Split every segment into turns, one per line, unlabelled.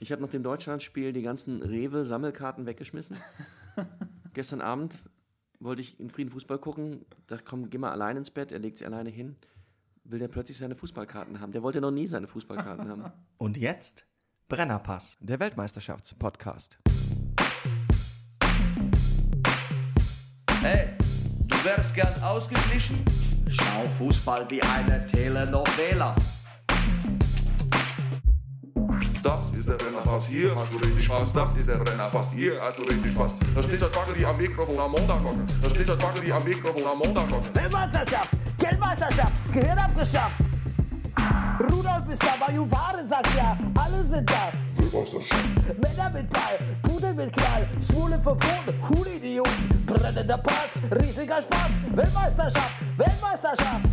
Ich habe nach dem Deutschlandspiel die ganzen Rewe-Sammelkarten weggeschmissen. Gestern Abend wollte ich in Frieden Fußball gucken. Da komm, geh mal allein ins Bett, er legt sie alleine hin. Will der plötzlich seine Fußballkarten haben? Der wollte noch nie seine Fußballkarten haben.
Und jetzt Brennerpass.
Der Weltmeisterschaftspodcast.
Hey, du wärst gern ausgeglichen? Schau Fußball wie eine Telenovela.
Das ist der Brennerpass, hier hast du richtig Spaß. Das ist der Brennerpass, hier hast du richtig Spaß. Da steht das Backeli am Mikrofon am Montagmorgen. Da steht das Backeli am Mikrofon am Montagmorgen.
Weltmeisterschaft, Geldmeisterschaft, Gehirn abgeschafft. Rudolf ist da, Bayou Ware sagt ja, alle sind da. Männer mit Ball, Pudel mit Knall, Schwule verboten, Coolidioten, brennender Pass, riesiger Spaß, Weltmeisterschaft, Weltmeisterschaft.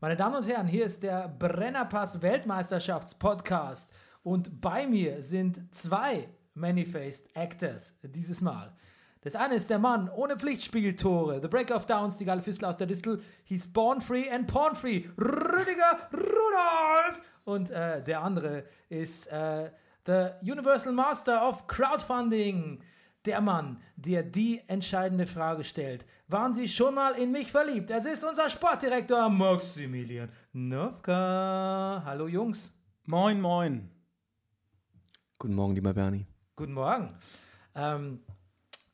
Meine Damen und Herren, hier ist der Brennerpass Weltmeisterschaftspodcast und bei mir sind zwei Many-Faced Actors dieses Mal. Das eine ist der Mann ohne Pflichtspieltore, The Break of Downs, die geile Fistel aus der Distel, he's born free and porn free, Rüdiger Rudolf! Und äh, der andere ist äh, The Universal Master of Crowdfunding, der Mann, der die entscheidende Frage stellt. Waren Sie schon mal in mich verliebt? Es ist unser Sportdirektor Maximilian Nowka. Hallo Jungs.
Moin, moin.
Guten Morgen, lieber Bernie.
Guten Morgen. Ähm,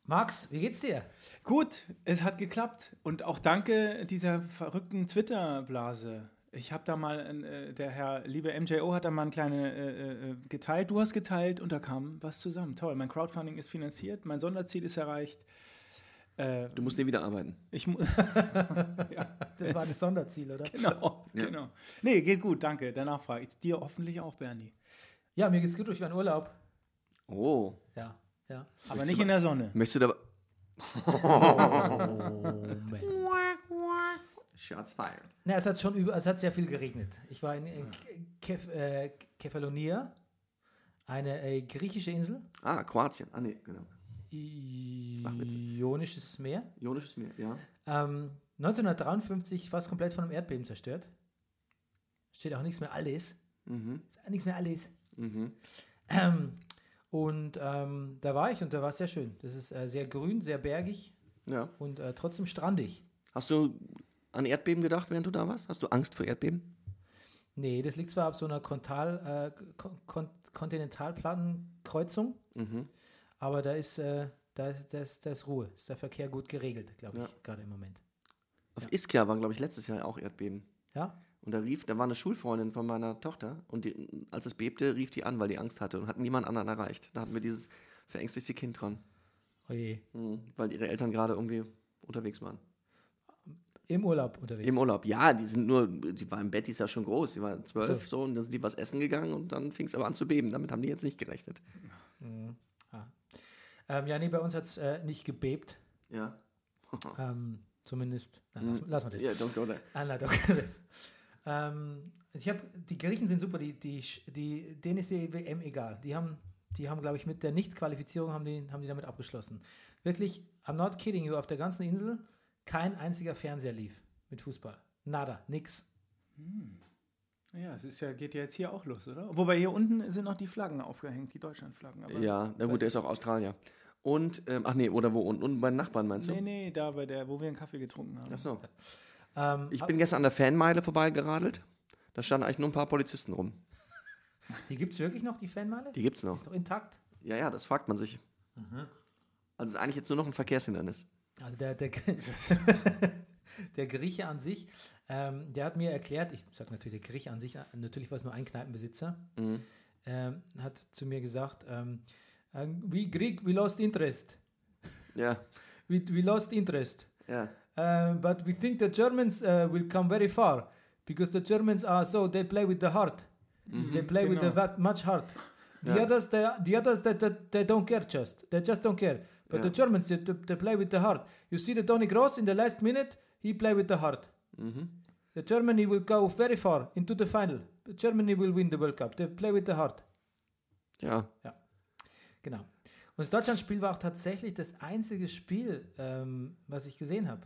Max, wie geht's dir?
Gut, es hat geklappt. Und auch danke dieser verrückten Twitter-Blase. Ich habe da mal, äh, der Herr, liebe MJO hat da mal eine kleine äh, äh, geteilt. Du hast geteilt und da kam was zusammen. Toll, mein Crowdfunding ist finanziert, mein Sonderziel ist erreicht. Äh,
Du musst nie wieder arbeiten.
ich mu-
Das war das Sonderziel, oder?
genau, genau. Nee, geht gut, danke. Der Nachfrage. Ich, dir hoffentlich auch, Bernie.
Ja, mir geht's gut durch meinen Urlaub.
Oh.
Ja, ja.
Aber nicht in der Sonne.
Möchtest du da.
Moment.
Shots fired.
Na, es hat schon über, es hat sehr viel geregnet. Ich war in, in Kef, äh, Kefalonia, eine äh, griechische Insel,
Ah, Kroatien. Ah, nee, genau. Witze.
Ionisches Meer.
Ionisches Meer, ja.
Ähm, 1953 fast komplett von einem Erdbeben zerstört. Steht auch nichts mehr alles.
Mhm.
Ist nichts mehr alles. Ähm, und ähm, da war ich und da war es sehr schön. Das ist äh, sehr grün, sehr bergig
Ja.
und äh, trotzdem strandig.
Hast du an Erdbeben gedacht, während du da warst? Hast du Angst vor Erdbeben?
Nee, das liegt zwar auf so einer Kontal, äh, Kon Kon Kontinentalplattenkreuzung,
Mhm.
aber da ist, äh, da, ist, da, ist, da ist Ruhe. Ist der Verkehr gut geregelt, glaube ich,
Ja.
gerade im Moment.
Auf Ischia waren, glaube ich, letztes Jahr auch Erdbeben.
Ja?
Und da rief, da war eine Schulfreundin von meiner Tochter und die, als es bebte, rief die an, weil die Angst hatte und hat niemand anderen erreicht. Da hatten wir dieses verängstigte Kind dran,
Oje.
Mhm, weil ihre Eltern gerade irgendwie unterwegs waren.
Im Urlaub unterwegs.
Im Urlaub, ja, die sind nur, die war im Bett, die ist ja schon groß, die war zwölf, so, und dann sind die was essen gegangen und dann fing es aber an zu beben. Damit haben die jetzt nicht gerechnet.
ähm, ja, nee, bei uns hat es äh, nicht gebebt.
Ja.
Ähm, zumindest. Na, lass, lass mal das.
Mhm. Ja, don't go there.
Ah, na, okay. ähm, ich habe, die Griechen sind super, die, die, sch- die, denen ist die WM egal. Die haben, die haben glaube ich, mit der Nichtqualifizierung haben die, haben die damit abgeschlossen. Wirklich, I'm not kidding you, auf der ganzen Insel kein einziger Fernseher lief mit Fußball. Nada, nix.
Ja, es ist ja, geht ja jetzt hier auch los, oder? Wobei hier unten sind noch die Flaggen aufgehängt, die Deutschlandflaggen. Aber
Ja, na gut, der ist auch Australier. Und, ähm, ach nee, oder wo unten? Unten bei den Nachbarn meinst du?
Nee, nee, da bei der, wo wir einen Kaffee getrunken haben.
Ach so.
Ähm,
Ich bin gestern an der Fanmeile vorbeigeradelt. Da standen eigentlich nur ein paar Polizisten rum.
die gibt es wirklich noch, die Fanmeile?
Die gibt's noch.
ist doch intakt.
Ja, ja, das fragt man sich. Also ist eigentlich jetzt nur noch ein Verkehrshindernis.
Also der, der, der Grieche an sich, ähm, der hat mir erklärt, ich sage natürlich der Grieche an sich, äh, natürlich war es nur ein Kneipenbesitzer, ähm, hat zu mir gesagt, ähm, äh, we Greek, we lost interest.
Ja,
We, we lost interest.
ja.
Uh, but we think the Germans uh, will come very far because the Germans are so they play with the heart. They play with the
Genau.
that much heart. The
Ja.
others, they, the others, they, they, they don't care just. They just don't care. But the Germans, they, they they play with the heart. You see the Tony Gross in the last minute, he play with the heart. The Germany will go very far into the final. Germany will win the World Cup. They play with the heart.
Ja,
Genau. Und das Deutschlandspiel war auch tatsächlich das einzige Spiel, ähm, was ich gesehen habe.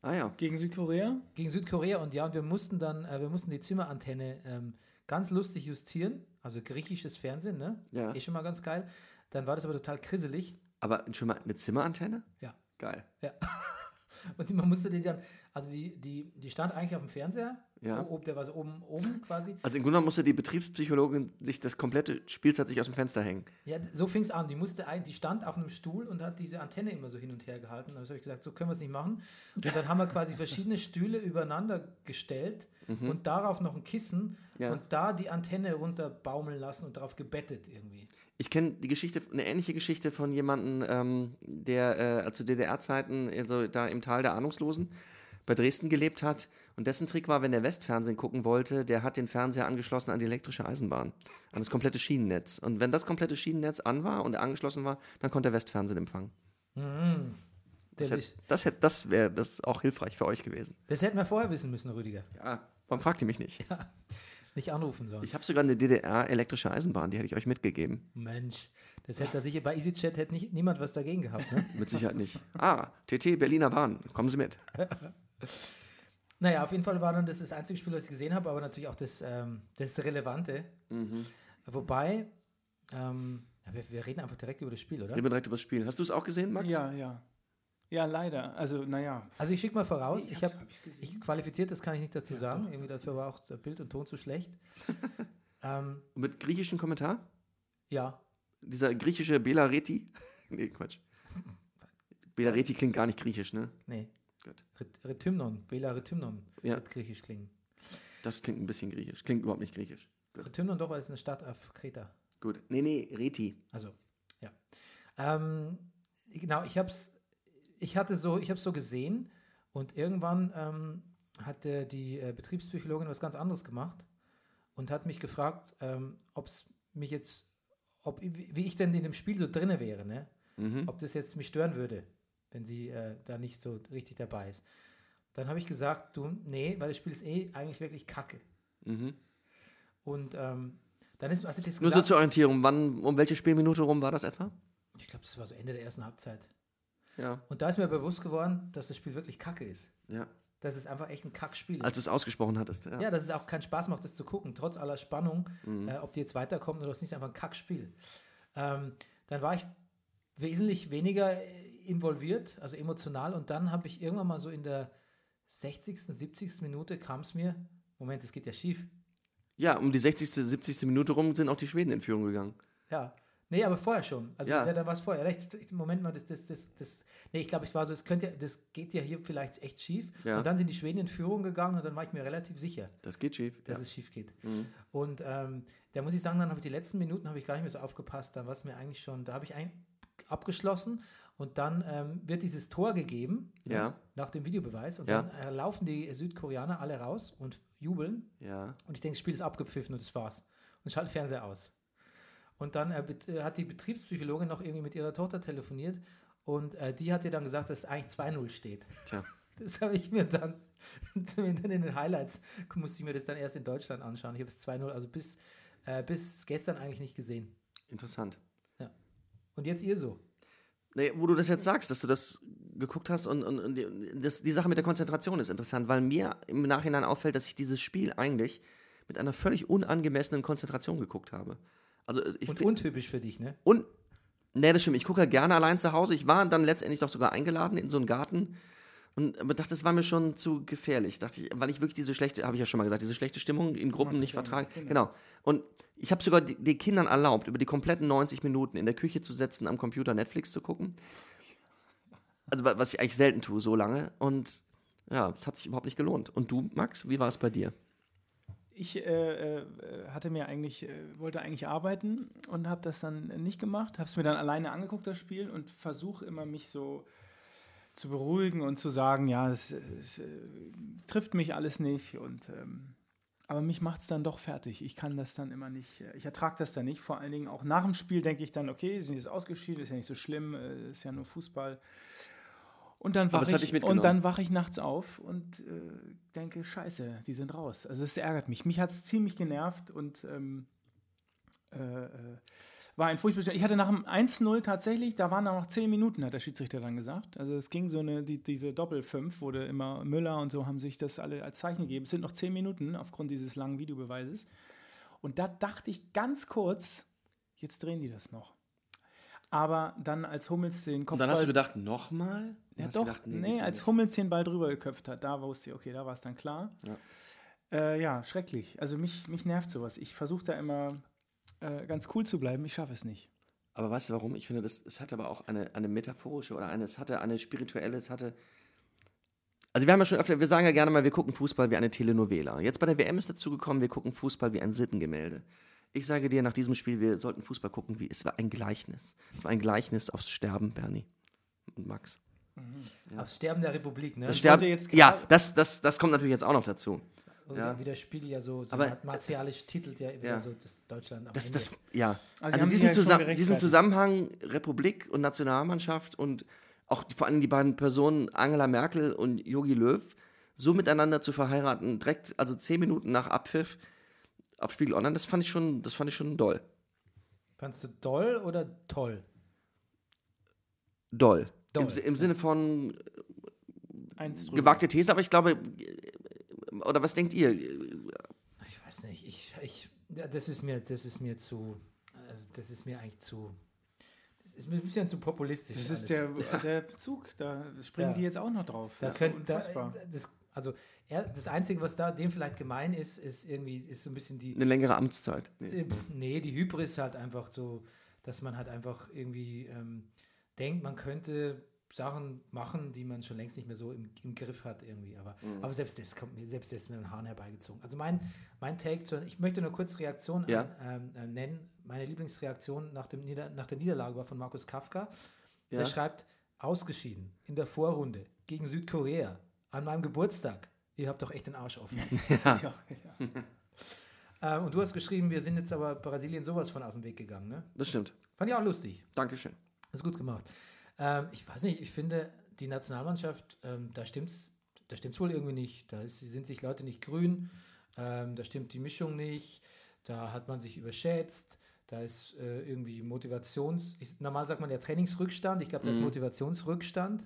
Ah ja.
Gegen Südkorea?
gegen Südkorea und ja, und wir mussten dann, äh, wir mussten die Zimmerantenne ähm, ganz lustig justieren, also griechisches Fernsehen, ne?
Ja.
Eh schon mal ganz geil. Dann war das aber total krisselig.
Aber schon mal eine Zimmerantenne?
Ja.
Geil.
Ja. Und die- man musste die dann, also die, die, die stand eigentlich auf dem Fernseher,
Ja.
O- ob der war so oben, oben quasi.
Also im Grunde genommen musste die Betriebspsychologin sich das komplette Spielzeit sich aus dem Fenster hängen.
Ja, d- so fing es an. Die musste ein, die stand auf einem Stuhl und hat diese Antenne immer so hin und her gehalten. Und da habe ich gesagt, so können wir es nicht machen. Und dann haben wir quasi verschiedene Stühle übereinander gestellt und darauf noch ein Kissen
Mhm. Ja.
und da die Antenne runterbaumeln lassen und darauf gebettet irgendwie.
Ich kenne die Geschichte, eine ähnliche Geschichte von jemandem, ähm, der äh, zu DDR-Zeiten also da im Tal der Ahnungslosen bei Dresden gelebt hat. Und dessen Trick war, wenn er Westfernsehen gucken wollte, der hat den Fernseher angeschlossen an die elektrische Eisenbahn, an das komplette Schienennetz. Und wenn das komplette Schienennetz an war und er angeschlossen war, dann konnte er Westfernsehen empfangen.
Das,
Das,
hätte,
hätt- das, hätt- das wäre das auch hilfreich für euch gewesen.
das hätten wir vorher wissen müssen, Rüdiger.
Ja, warum fragt ihr mich nicht?
Nicht anrufen sollen.
Ich habe sogar eine DDR-elektrische Eisenbahn, die hätte ich euch mitgegeben.
Mensch, das hätte er sicher bei EasyChat hätte nicht, niemand was dagegen gehabt. Ne?
Mit Sicherheit nicht. Ah, TT, Berliner Bahn, kommen Sie mit.
naja, auf jeden Fall war dann das das einzige Spiel, das ich gesehen habe, aber natürlich auch das, ähm, das Relevante. Wobei, ähm, ja, wir, wir reden einfach direkt über das Spiel, oder?
Reden wir direkt über das Spiel. Hast du es auch gesehen, Max?
Ja, ja. Ja, leider. Also, naja.
Also ich schicke mal voraus, ich habe ich qualifiziert, das kann ich nicht dazu sagen. Irgendwie dafür war auch das Bild und Ton zu schlecht. ähm,
Und Mit griechischem Kommentar?
ja,
Dieser griechische Bela Reti? nee, Quatsch. Bela Reti klingt gar nicht griechisch, ne?
nee.
Gut.
Rit- Rhythmnon, Bela Rhythmnon
Ja.
wird griechisch klingen.
Das klingt ein bisschen griechisch. Klingt überhaupt nicht griechisch.
Rhythmnon doch, weil es eine Stadt auf Kreta.
Gut. Nee, nee, Reti.
Also, ja. Ähm, genau, ich hab's, ich hatte so, ich hab's so gesehen und irgendwann ähm, hatte die äh, Betriebspsychologin was ganz anderes gemacht und hat mich gefragt, ähm, ob es mich jetzt, ob, wie ich denn in dem Spiel so drinne wäre, ne?
Mhm.
Ob das jetzt mich stören würde, wenn sie äh, da nicht so richtig dabei ist. Dann habe ich gesagt, du, nee, weil das Spiel ist eh eigentlich wirklich kacke.
Mhm.
Und ähm, dann ist, also das
Nur so
gesagt-
zur Orientierung, wann, um welche Spielminute rum war das etwa?
ich glaube, das war so Ende der ersten Halbzeit.
Ja.
Und da ist mir bewusst geworden, dass das Spiel wirklich kacke ist.
Ja.
Dass es einfach echt ein Kackspiel ist.
Als du es ausgesprochen hattest. Also, Ja.
ja, dass es auch keinen Spaß macht, das zu gucken, trotz aller Spannung, äh, ob die jetzt weiterkommen oder es nicht ist einfach ein Kackspiel. Ähm, dann war ich wesentlich weniger äh, involviert, also emotional. Und dann habe ich irgendwann mal so in der 60., 70. Minute kam es mir, Moment, es geht ja schief.
ja, um die 60., 70. Minute rum sind auch die Schweden in Führung gegangen.
Ja. Nee, aber vorher schon. Also
Ja.
ja. da war es vorher. Recht, Moment mal, das, das, das, das. Nee, ich glaube, es war so, es könnte, ja- das geht ja hier vielleicht echt schief.
Ja.
Und dann sind die Schweden in Führung gegangen und dann war ich mir relativ sicher,
Das geht schief.
dass
ja. Mhm.
es schief geht. Und ähm, da muss ich sagen, dann habe ich die letzten Minuten habe ich gar nicht mehr so aufgepasst. Da war es mir eigentlich schon, da habe ich ein, abgeschlossen und dann ähm, wird dieses Tor gegeben
Ja.
nach dem Videobeweis und
Ja.
dann äh, laufen die Südkoreaner alle raus und jubeln
ja.
und ich denke, das Spiel ist abgepfiffen und das war's. Und schalte Fernseher aus. Und dann äh, bet- äh, hat die Betriebspsychologin noch irgendwie mit ihrer Tochter telefoniert und äh, die hat ihr dann gesagt, dass es eigentlich 2-0 steht.
Tja.
Das habe ich mir dann, zumindest in den Highlights, musste ich mir das dann erst in Deutschland anschauen. Ich habe es 2-0, also bis, äh, bis gestern eigentlich nicht gesehen.
Interessant.
Und jetzt ihr so.
Nee, wo du das jetzt sagst, dass du das geguckt hast und, und, und die- das, die Sache mit der Konzentration ist interessant, weil mir im Nachhinein auffällt, dass ich dieses Spiel eigentlich mit einer völlig unangemessenen Konzentration geguckt habe. Also ich
Und
fi-
untypisch für dich, ne?
und nee, das stimmt, ich gucke ja gerne allein zu Hause. Ich war dann letztendlich doch sogar eingeladen in so einen Garten und aber dachte, das war mir schon zu gefährlich, dachte ich, weil ich wirklich diese schlechte, habe ich ja schon mal gesagt, diese schlechte Stimmung in Gruppen nicht vertrage. Genau. Und ich habe sogar die- den Kindern erlaubt, über die kompletten 90 Minuten in der Küche zu setzen, am Computer Netflix zu gucken. Also wa- was ich eigentlich selten tue, so lange. Und ja, es hat sich überhaupt nicht gelohnt. Und du, Max, wie war es bei dir?
Ich äh, äh, hatte mir eigentlich, äh, wollte eigentlich arbeiten und habe das dann nicht gemacht. Habe es mir dann alleine angeguckt, das Spiel, und versuche immer, mich so zu beruhigen und zu sagen, ja, es, es äh, trifft mich alles nicht. Und, ähm, aber mich macht es dann doch fertig. Ich kann das dann immer nicht, äh, ich ertrage das dann nicht. Vor allen Dingen auch nach dem Spiel denke ich dann, okay, sind jetzt ausgeschieden, ist ja nicht so schlimm, äh, ist ja nur Fußball. Und dann
Aber
wache
es hat dich
ich,
mitgenommen.
und dann wache ich nachts auf und äh, denke, scheiße, die sind raus. Also es ärgert mich. Mich hat es ziemlich genervt und ähm, äh, äh, war ein furchtbar. Ich hatte nach dem 1-0 tatsächlich, da waren noch 10 Minuten, hat der Schiedsrichter dann gesagt. Also es ging so eine, die, diese Doppel-5 wurde immer Müller und so haben sich das alle als Zeichen gegeben. Es sind noch 10 Minuten aufgrund dieses langen Videobeweises. Und da dachte ich ganz kurz, jetzt drehen die das noch. Aber dann als Hummels den Kopf.
Und dann hast du gedacht, nochmal?
Ja, doch. nee, als Hummels den Ball drüber geköpft hat, da wusste ich, okay, da war es dann klar.
Ja.
Äh, ja, schrecklich. Also mich, mich nervt sowas. Ich versuche da immer äh, ganz cool zu bleiben. Ich schaffe es nicht.
Aber weißt du warum? Ich finde, das, es hatte aber auch eine, eine metaphorische oder eine, es hatte eine spirituelle, es hatte. Also wir haben ja schon öfter, wir sagen ja gerne mal, wir gucken Fußball wie eine Telenovela. Jetzt bei der WM ist dazu gekommen, wir gucken Fußball wie ein Sittengemälde. Ich sage dir nach diesem Spiel, wir sollten Fußball gucken wie, es war ein Gleichnis. Es war ein Gleichnis aufs Sterben, Bernie und Max.
Aufs Sterben der Republik, ne?
Das Sterben,
wollte jetzt
ja,
gerade-
das, das, das kommt natürlich jetzt auch noch dazu.
Oder
ja.
Wie das Spiel ja so, so
Aber-
hat martialisch titelt ja immer
Ja.
so das Deutschland am
Das,
Ende.
das, ja. Also,
haben sich
diesen,
ja schon
Zusam
gerechtfertigt.
diesen Zusammenhang Republik und Nationalmannschaft und auch die- vor allem die beiden Personen Angela Merkel und Jogi Löw so miteinander zu verheiraten, direkt, also zehn Minuten nach Abpfiff auf Spiegel Online, das fand ich schon, das fand ich schon doll.
Fandst du doll oder toll?
Doll.
Doll,
Im, Si- Im Sinne von
Eins drüber.
gewagte These, aber ich glaube, oder was denkt ihr?
Ich weiß nicht, ich, ich, ja, das ist mir, das ist mir zu, also das ist mir eigentlich zu, das ist mir ein bisschen zu populistisch.
Das ist
alles.
der, der Bezug, da springen
Ja.
die jetzt auch noch drauf.
Da
Das ist
könnt, da,
unfassbar.
das, also er, das Einzige, was da dem vielleicht gemein ist, ist irgendwie, ist so ein bisschen die,
Eine längere Amtszeit. Nee.
Äh, pf, Nee, die Hybris halt einfach so, dass man halt einfach irgendwie ähm, denkt, man könnte Sachen machen, die man schon längst nicht mehr so im, im Griff hat irgendwie. Aber,
Mhm.
aber selbst das kommt mir, selbst das ist mir den Haaren herbeigezogen. Also mein, mein Take zu, ich möchte nur kurz Reaktion
Ja.
an, ähm, äh, nennen. Meine Lieblingsreaktion nach, dem Nieder, nach der Niederlage war von Markus Kafka.
Ja.
Der schreibt, ausgeschieden in der Vorrunde gegen Südkorea an meinem Geburtstag. Ihr habt doch echt den Arsch offen.
Ja, ja.
ähm, und du hast geschrieben, wir sind jetzt aber Brasilien sowas von aus dem Weg gegangen, ne?
Das stimmt.
Fand ich auch lustig.
Dankeschön.
Ist gut gemacht. Ähm, ich weiß nicht, ich finde, die Nationalmannschaft, ähm, da stimmt's, da stimmt's wohl irgendwie nicht. Da ist, sind sich Leute nicht grün, ähm, da stimmt die Mischung nicht, da hat man sich überschätzt, da ist äh, irgendwie Motivations... Ich, normal sagt man ja Trainingsrückstand, ich glaube, da ist Motivationsrückstand.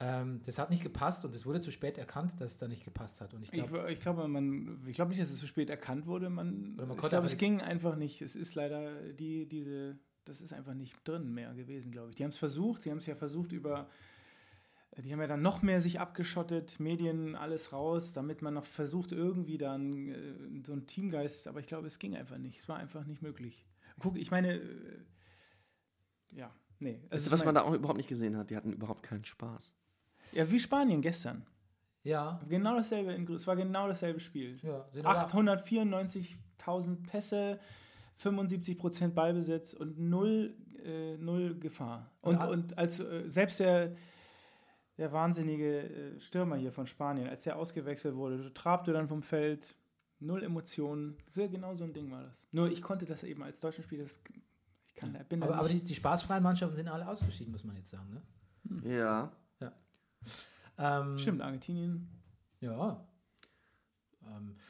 Ähm, das hat nicht gepasst und es wurde zu spät erkannt, dass es da nicht gepasst hat. Und ich
Ich,
glaube,
ich glaube man, ich glaube nicht, dass es zu spät erkannt wurde. Man,
Oder man
ich
konnte
glaube,
aber
es
nicht-
ging einfach nicht. Es ist leider die, diese, das ist einfach nicht drin mehr gewesen, glaube ich. Die haben es versucht, sie haben es ja versucht über, die haben ja dann noch mehr sich abgeschottet, Medien, alles raus, damit man noch versucht, irgendwie dann äh, so einen Teamgeist, aber ich glaube, es ging einfach nicht. Es war einfach nicht möglich. Guck, ich meine, äh, ja, nee.
Weißt
Also
du, was
ich
man da
meine-
auch überhaupt nicht gesehen hat? Die hatten überhaupt keinen Spaß.
Ja, wie Spanien gestern.
ja,
Genau dasselbe, in, Grü- es war genau dasselbe Spiel.
ja, sind aber-
894.000 Pässe, 75% Ballbesitz und null, äh, null Gefahr. Und,
Ja.
und als, äh, selbst der, der wahnsinnige äh, Stürmer hier von Spanien, als der ausgewechselt wurde, trabte dann vom Feld, null Emotionen. Sehr genau so ein Ding war das. Nur ich konnte das eben als deutschen Spieler, das- ich kann, bin da
aber, aber
nicht-
die, die spaßfreien Mannschaften sind alle ausgeschieden, muss man jetzt sagen. Ne?
Hm.
Ja.
Ähm,
Stimmt, Argentinien.
Ja.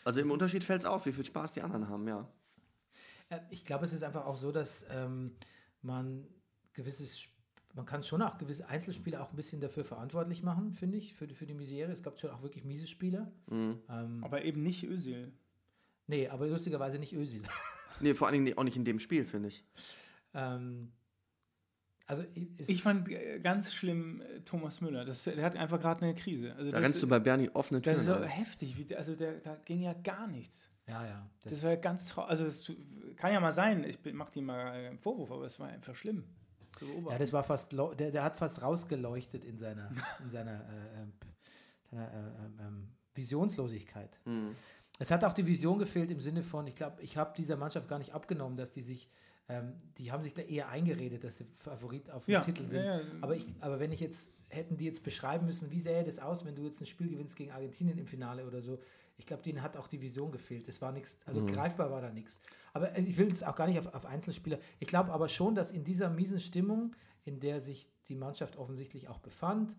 Also im Unterschied fällt es auf, wie viel Spaß die anderen haben, ja.
Äh, Ich glaube, es ist einfach auch so, dass ähm, man gewisses, man kann schon auch gewisse Einzelspieler auch ein bisschen dafür verantwortlich machen, finde ich, für, die- für die Misere. Es gab schon auch wirklich miese Spieler. Ähm,
Aber eben nicht Özil.
nee, aber lustigerweise nicht Özil.
Nee, vor allen Dingen auch nicht in dem Spiel, finde ich.
ähm, also ist,
Ich fand äh, ganz schlimm äh, Thomas Müller. Das, der hat einfach gerade eine Krise. Also
Da
das-
rennst du bei ne? Bernie offene
Das
Türen.
ist so
ein.
heftig. Wie, der- also der, da ging ja gar nichts.
ja, ja. Das,
Das, war ja ganz traurig. Also es kann ja mal sein. Ich mache dir mal einen Vorwurf, aber es war einfach schlimm zu
ja,
beobachten.
das war fast, lo- der, der hat fast rausgeleuchtet in seiner, in seiner, äh, ähm, seiner äh, ähm, ähm, Visionslosigkeit.
Mhm.
Es hat auch die Vision gefehlt im Sinne von, ich glaube, ich habe dieser Mannschaft gar nicht abgenommen, dass die sich, ähm, die haben sich da eher eingeredet, dass sie Favorit auf den
Ja,
Titel sind.
ja, ja.
Aber, ich, aber wenn ich jetzt, hätten die jetzt beschreiben müssen, wie sähe das aus, wenn du jetzt ein Spiel gewinnst gegen Argentinien im Finale oder so, ich glaube, denen hat auch die Vision gefehlt. Es war nichts, also greifbar war da nichts. Aber also ich will jetzt auch gar nicht auf, auf Einzelspieler. Ich glaube aber schon, dass in dieser miesen Stimmung, in der sich die Mannschaft offensichtlich auch befand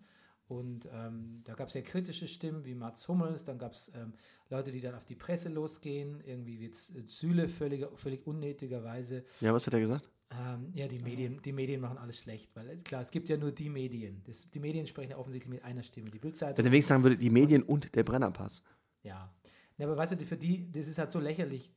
Und ähm, da gab es ja kritische Stimmen wie Mats Hummels, dann gab es ähm, Leute, die dann auf die Presse losgehen, irgendwie wie jetzt äh, Süle völlig, völlig unnötigerweise.
Ja, was hat er gesagt?
Ähm, ja,
Ah.
die Medien, die Medien machen alles schlecht, weil äh, klar, es gibt ja nur die Medien. Das, die Medien sprechen ja offensichtlich mit einer Stimme. Die Bildzeitung.
Wenn der Weg sagen würde, die Medien und der Brennerpass.
Ja. ja. Aber weißt du, die- für die, das ist halt so lächerlich.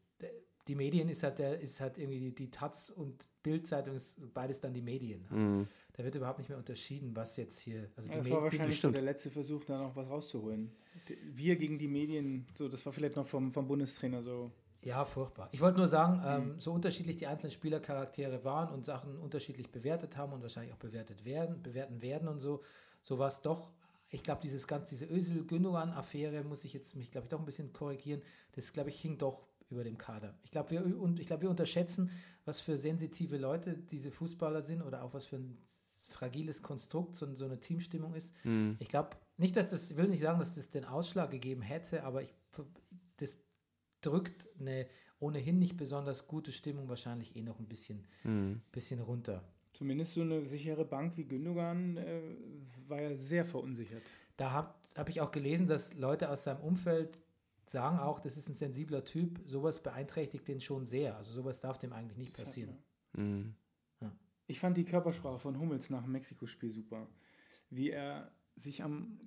Die Medien ist halt, der, ist halt irgendwie die, die Taz und Bildzeitung ist beides dann die Medien. Also,
Mhm. Hm.
Da wird überhaupt nicht mehr unterschieden, was jetzt hier. Also
Ja,
die
das
Med-
war wahrscheinlich so
stimmt.
der letzte Versuch, da noch was rauszuholen. D- Wir gegen die Medien, so das war vielleicht noch vom, vom Bundestrainer so.
Ja, furchtbar. Ich wollte nur sagen, ähm, so unterschiedlich die einzelnen Spielercharaktere waren und Sachen unterschiedlich bewertet haben und wahrscheinlich auch bewertet werden, bewerten werden und so, so war es doch. Ich glaube, dieses ganze, diese Ösel-Gündogan-Affäre muss ich jetzt mich, glaube ich, doch ein bisschen korrigieren. Das, glaube ich, hing doch über dem Kader. Ich glaube, wir, und ich glaube, wir unterschätzen, was für sensitive Leute diese Fußballer sind oder auch was für ein fragiles Konstrukt so, so eine Teamstimmung ist. Ich glaube, nicht, dass das, ich will nicht sagen, dass das den Ausschlag gegeben hätte, aber ich, das drückt eine ohnehin nicht besonders gute Stimmung wahrscheinlich eh noch ein bisschen,
Hm,
bisschen runter.
Zumindest so eine sichere Bank wie Gündogan äh, war ja sehr verunsichert.
Da habe hab ich auch gelesen, dass Leute aus seinem Umfeld sagen auch, das ist ein sensibler Typ, sowas beeinträchtigt den schon sehr. Also sowas darf dem eigentlich nicht passieren.
hm,
Ich fand die Körpersprache von Hummels nach dem Mexiko-Spiel super. Wie er sich am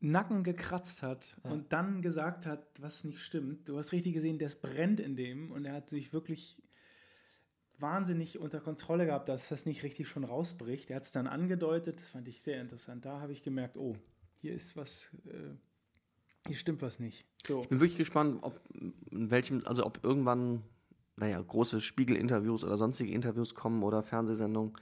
Nacken gekratzt hat
Ja.
und dann gesagt hat, was nicht stimmt. Du hast richtig gesehen, das brennt in dem und er hat sich wirklich wahnsinnig unter Kontrolle gehabt, dass das nicht richtig schon rausbricht. Er hat es dann angedeutet, das fand ich sehr interessant. Da habe ich gemerkt, oh, hier ist was, äh, hier stimmt was nicht. So.
Ich bin wirklich gespannt, ob in welchem, also ob irgendwann, naja, große Spiegel-Interviews oder sonstige Interviews kommen oder Fernsehsendungen,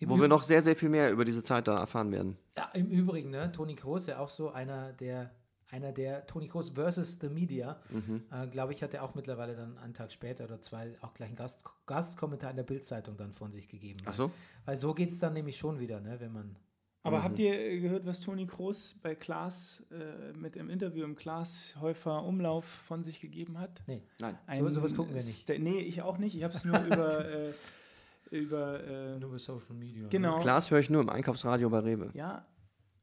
Im
wo
Übrigen-
wir noch sehr, sehr viel mehr über diese Zeit da erfahren werden.
Ja, im Übrigen, ne, Toni Kroos ja auch so einer der, einer der Toni Kroos versus The Media,
Mhm.
äh, glaube ich, hat er auch mittlerweile dann einen Tag später oder zwei auch gleich einen Gast, Gastkommentar in der Bildzeitung dann von sich gegeben.
Ach so?
Weil so geht es dann nämlich schon wieder, ne, wenn man
Aber habt ihr äh, gehört, was Toni Kroos bei Klaas äh, mit im Interview im Klaas Häufer Umlauf von sich gegeben hat?
Nee.
Nein.
So- sowas gucken wir nicht.
Sta- nee, ich auch nicht. Ich habe es nur über. Äh, über äh,
über Social Media.
genau.
Klaas höre ich nur im Einkaufsradio bei Rewe.
Ja,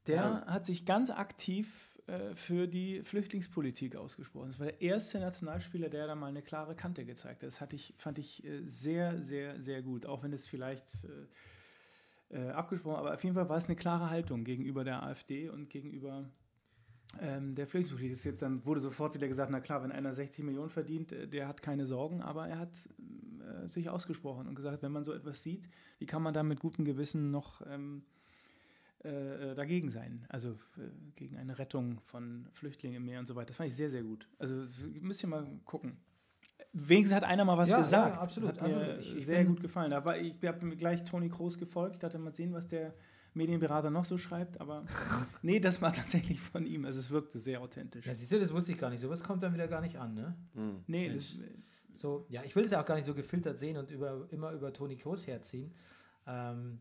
der hat sich ganz aktiv äh, für die Flüchtlingspolitik ausgesprochen. Das war der erste Nationalspieler, der da mal eine klare Kante gezeigt hat. Das hatte ich, fand ich äh, sehr, sehr, sehr gut. Auch wenn es vielleicht. Äh, äh, abgesprochen, aber auf jeden Fall war es eine klare Haltung gegenüber der AfD und gegenüber ähm, der Flüchtlingspolitik. Das ist jetzt dann wurde sofort wieder gesagt, na klar, wenn einer 60 Millionen verdient, äh, der hat keine Sorgen, aber er hat äh, sich ausgesprochen und gesagt, wenn man so etwas sieht, wie kann man dann mit gutem Gewissen noch ähm, äh, äh, dagegen sein. Also äh, gegen eine Rettung von Flüchtlingen im Meer und so weiter. Das fand ich sehr, sehr gut. Also so, müsst ihr mal gucken. Wenigstens hat einer mal was
Ja, ja,
gesagt.
absolut,
Hat mir
absolut. Ich- ich
sehr
bin-
gut gefallen. Da war, ich habe mir gleich Toni Groß gefolgt, dachte mal sehen, was der Medienberater noch so schreibt. Aber nee, das war tatsächlich von ihm. Also es wirkte sehr authentisch.
Ja, siehst du, das wusste ich gar nicht. Sowas kommt dann wieder gar nicht an, ne?
nee, das, äh,
So, ja, ich will es ja auch gar nicht so gefiltert sehen und über, immer über Toni Kroos herziehen. Ähm,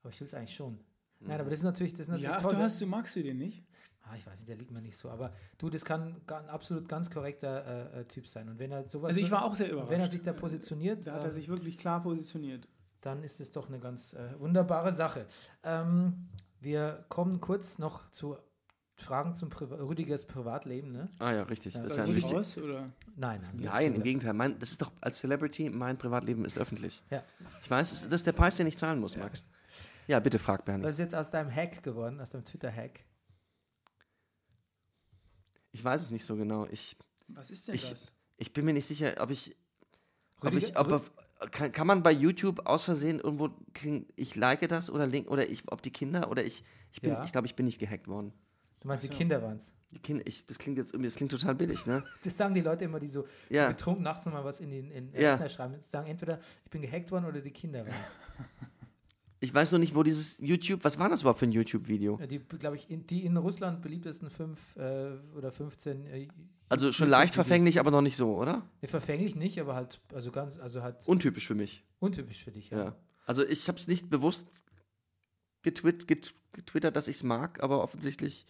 aber ich will es eigentlich schon. Nein, aber das ist natürlich, das ist natürlich
ja, ach,
toll.
du, hast, du magst du den nicht?
Ah, ich weiß nicht, der liegt mir nicht so. Aber du, das kann ga- ein absolut ganz korrekter äh, äh, Typ sein. Und wenn er sowas.
Also ich war auch sehr
wenn
überrascht.
er sich da positioniert,
da hat er
ähm,
sich wirklich klar positioniert.
dann ist es doch eine ganz äh, wunderbare Sache. Ähm, wir kommen kurz noch zu Fragen zum Priva Rüdigers Privatleben, ne?
Ah ja, richtig. Das ist ja
Soll
ein
ich
wichtig.
raus, oder?
Nein, nein.
Nein, im Gegenteil. Mein, das ist doch als Celebrity, mein Privatleben ist öffentlich.
Ja.
Ich weiß, das ist, das ist der Preis, den ich zahlen muss, Max. Ja, bitte frag Bernie.
Was ist jetzt aus deinem Hack geworden, aus deinem Twitter-Hack?
Ich weiß es nicht so genau. Ich,
Was ist denn
Ich-
das?
ich bin mir nicht sicher, ob ich. Ob
Rüdiger-
ich ob, auf- kann, kann man bei YouTube aus Versehen irgendwo klingen, ich like das oder link, oder ich, ob die Kinder oder ich. Ich, bin-
Ja.
ich glaube, ich bin nicht gehackt worden.
Du meinst, die Kinder waren es.
Die Kinder, ich, das klingt jetzt irgendwie, das klingt total billig, ne?
Das sagen die Leute immer, die so
Ja.
betrunken nachts nochmal was in den in den
Ja.
Rechner schreiben. Die sagen entweder, ich bin gehackt worden oder die Kinder waren es.
Ich weiß nur nicht, wo dieses YouTube, was war das überhaupt für ein YouTube-Video?
Die, glaube ich, in, die in Russland beliebtesten fünf äh, oder 15. Äh,
Also schon
YouTube-Videos.
leicht verfänglich, aber noch nicht so, oder?
Nee, verfänglich nicht, aber halt, also ganz, also halt
Untypisch für mich.
untypisch für dich.
Ja. Also ich habe es nicht bewusst getwit, get, getwittert, dass ich es mag, aber offensichtlich.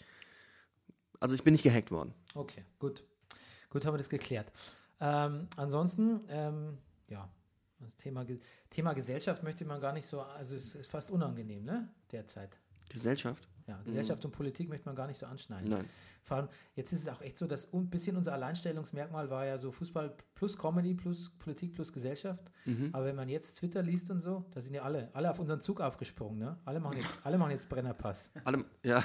Also ich bin nicht gehackt worden.
Okay, gut. Gut, haben wir das geklärt. Ähm, ansonsten, ähm, ja, das Thema, Ge- Thema Gesellschaft möchte man gar nicht so, also es ist fast unangenehm, ne, derzeit.
Gesellschaft?
Ja, Gesellschaft und Politik möchte man gar nicht so anschneiden.
Mhm. Nein.
Vor allem, jetzt ist es auch echt so, dass un- ein bisschen unser Alleinstellungsmerkmal war ja so Fußball plus Comedy plus Politik plus Gesellschaft.
Mhm.
Aber wenn man jetzt Twitter liest und so, da sind ja alle, alle auf unseren Zug aufgesprungen, ne? Alle machen jetzt, alle machen jetzt Brennerpass.
Allem, ja.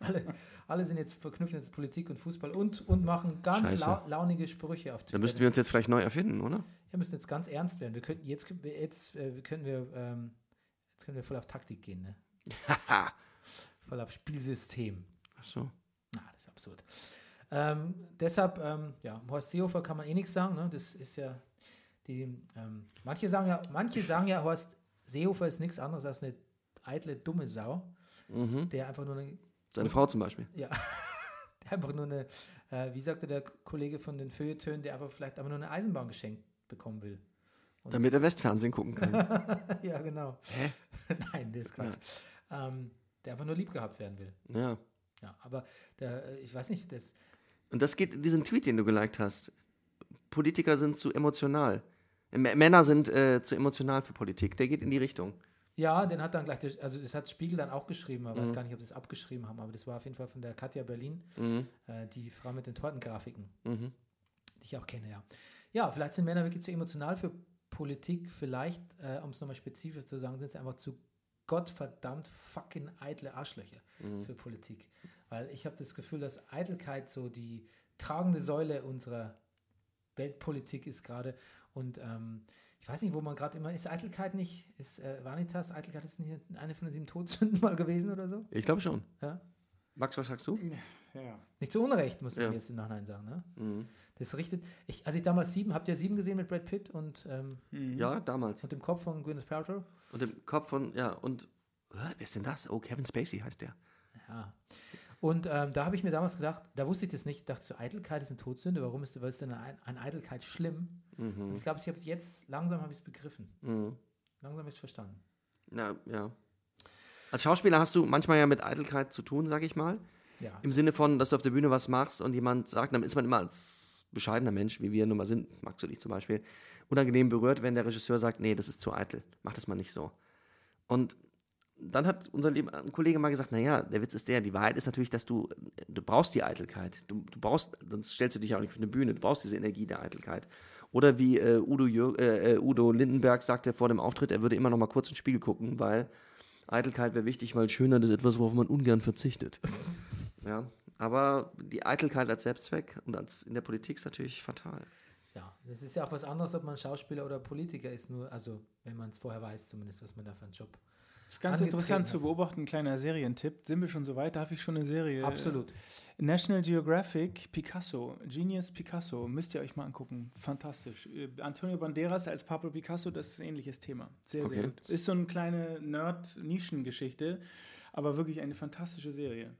Alle, alle sind jetzt verknüpfen jetzt Politik und Fußball und, und machen ganz
Scheiße.
lau, launige Sprüche auf Twitter.
Da müssten wir uns jetzt vielleicht neu erfinden, oder?
Wir müssen jetzt ganz ernst werden. Wir könnten jetzt, jetzt äh, wir können wir, ähm, jetzt können wir voll auf Taktik gehen, ne? voll auf Spielsystem.
Ach so.
Na, das ist absurd. Ähm, deshalb, ähm, ja, Horst Seehofer kann man eh nichts sagen. Ne? Das ist ja die. Ähm, manche sagen ja, manche sagen ja, Horst Seehofer ist nichts anderes als eine eitle dumme Sau, der einfach nur eine,
Seine Mhm. Frau zum Beispiel.
ja, der einfach nur eine, äh, wie sagte der Kollege von den Feuilletönen, der einfach vielleicht einfach nur eine Eisenbahn geschenkt bekommen will.
Damit er Westfernsehen gucken kann.
ja, genau. Nein, das ist Quatsch. Ähm, der einfach nur lieb gehabt werden will.
ja.
Ja, aber der, äh, ich weiß nicht, das,
Und das geht in diesen Tweet, den du geliked hast. Politiker sind zu emotional. M Männer sind äh, zu emotional für Politik. Der geht in die Richtung.
Ja, den hat dann gleich, der, also das hat Spiegel dann auch geschrieben, aber ich weiß gar nicht, ob sie es abgeschrieben haben, aber das war auf jeden Fall von der Katja Berlin,
Mhm.
äh, die Frau mit den Tortengrafiken, die ich auch kenne, ja. Ja, vielleicht sind Männer wirklich zu emotional für Politik, vielleicht, äh, um es nochmal spezifisch zu sagen, sind sie einfach zu gottverdammt fucking eitle Arschlöcher für Politik. Weil ich habe das Gefühl, dass Eitelkeit so die tragende Säule unserer Weltpolitik ist gerade und ähm, ich weiß nicht, wo man gerade immer ist. Eitelkeit nicht, ist äh, Vanitas, Eitelkeit ist nicht eine von den sieben Todsünden mal gewesen oder so.
Ich glaube schon.
Ja?
Max, was sagst du?
Ja.
Nicht zu Unrecht, muss man
Ja.
jetzt im Nachhinein sagen. Ne? Das richtet. Ich, als ich damals sieben, habt ihr sieben gesehen mit Brad Pitt und, ähm,
Hm.
Ja, damals.
und dem Kopf von Gwyneth Paltrow?
Und im Kopf von, ja, und. Hä, wer ist denn das? Oh, Kevin Spacey heißt der.
Ja. Und ähm, da habe ich mir damals gedacht, da wusste ich das nicht, ich dachte so, Eitelkeit ist eine Todsünde, warum ist, was ist denn an, an Eitelkeit schlimm? Und ich glaube, ich habe es jetzt, langsam habe ich es begriffen. Langsam habe ich es verstanden.
Na, Mhm. ja. Als Schauspieler hast du manchmal ja mit Eitelkeit zu tun, sag ich mal.
Ja.
Im Sinne von, dass du auf der Bühne was machst und jemand sagt, dann ist man immer als bescheidener Mensch, wie wir nun mal sind, Max und ich zum Beispiel, unangenehm berührt, wenn der Regisseur sagt, nee, das ist zu eitel, mach das mal nicht so. Und dann hat unser lieber ein Kollege mal gesagt, naja, der Witz ist der, die Wahrheit ist natürlich, dass du, du brauchst die Eitelkeit. Du, du brauchst, sonst stellst du dich ja auch nicht auf eine Bühne, du brauchst diese Energie der Eitelkeit. Oder wie äh, Udo, Jür äh, äh, Udo Lindenberg sagte vor dem Auftritt, er würde immer noch mal kurz ins Spiegel gucken, weil Eitelkeit wäre wichtig, weil Schönheit ist etwas, worauf man ungern verzichtet. Ja, aber die Eitelkeit als Selbstzweck und als in der Politik ist natürlich fatal.
Ja, das ist ja auch was anderes, ob man Schauspieler oder Politiker ist, nur, also wenn man es vorher weiß, zumindest, was man da für einen Job.
Ist ganz
Angetreten
interessant
hat.
zu beobachten, kleiner Serientipp. Sind wir schon so weit? Darf ich schon eine Serie?
Absolut.
National Geographic, Picasso, Genius Picasso, müsst ihr euch mal angucken. Fantastisch. Äh, Antonio Banderas als Pablo Picasso, das ist ein ähnliches Thema. Sehr, sehr
Okay.
gut. Ist so eine kleine Nerd-Nischengeschichte, aber wirklich eine fantastische Serie.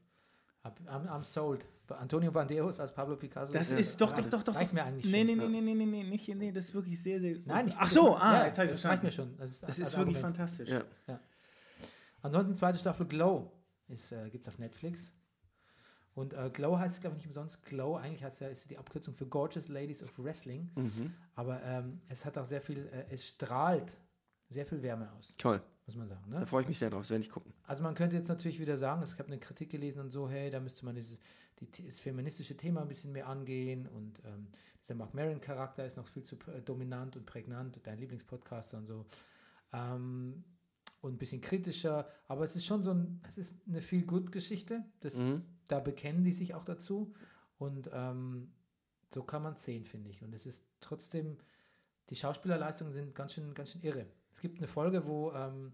Ab, I'm, I'm sold. Bei Antonio Banderas als Pablo Picasso.
Das ist doch, doch,
reicht-
doch, doch.
Reicht
doch.
mir eigentlich
nee,
schon.
nee, nee, nee, nee, nee, nee, nicht, nee, das ist wirklich sehr, sehr gut.
Nein, ich,
Ach so,
das-
ah,
ja,
jetzt habe ich
das reicht
verstanden.
mir schon. Das ist,
Das
als
ist wirklich
Argument.
fantastisch.
Ja.
Ansonsten zweite Staffel Glow ist, äh, gibt es auf Netflix. Und äh, Glow heißt, glaube ich, nicht umsonst Glow. Eigentlich heißt ja, ist die Abkürzung für Gorgeous Ladies of Wrestling. Aber ähm, es hat auch sehr viel, äh, es strahlt sehr viel Wärme aus,
Toll,
muss man sagen.
da
Ne?
freue ich mich sehr drauf, das werde ich gucken.
Also man könnte jetzt natürlich wieder sagen, es- ich habe eine Kritik gelesen und so, hey, da müsste man dieses, die, das feministische Thema ein bisschen mehr angehen und ähm, dieser Mark Maron-Charakter ist noch viel zu äh, dominant und prägnant, dein Lieblingspodcaster und so. Ähm, und ein bisschen kritischer, aber es ist schon so ein, es ist eine viel gut Geschichte, das,
Mhm.
da bekennen die sich auch dazu und ähm, so kann man sehen, finde ich. Und es ist trotzdem, die Schauspielerleistungen sind ganz schön, ganz schön irre. Es gibt eine Folge, wo ähm,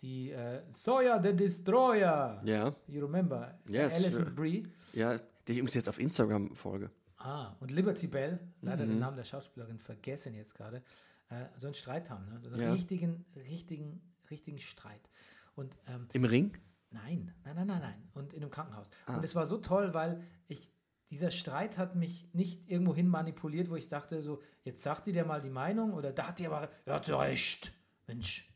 die äh, Sawyer the Destroyer.
Ja,
You remember?
Yes,
Alison
sure.
Brie.
ja, der ich übrigens jetzt auf Instagram folge.
Ah, und Liberty Bell, leider den Namen der Schauspielerin vergessen jetzt gerade, äh, so einen Streit haben. Ne? So einen
Ja.
richtigen, richtigen, richtigen Streit. Und ähm,
Im Ring?
Nein, nein, nein, nein, nein. Und in einem Krankenhaus. Und es war so toll, weil ich, dieser Streit hat mich nicht irgendwohin manipuliert, wo ich dachte, so, jetzt sagt die der mal die Meinung oder da hat die aber, ja, hat sie recht, Mensch,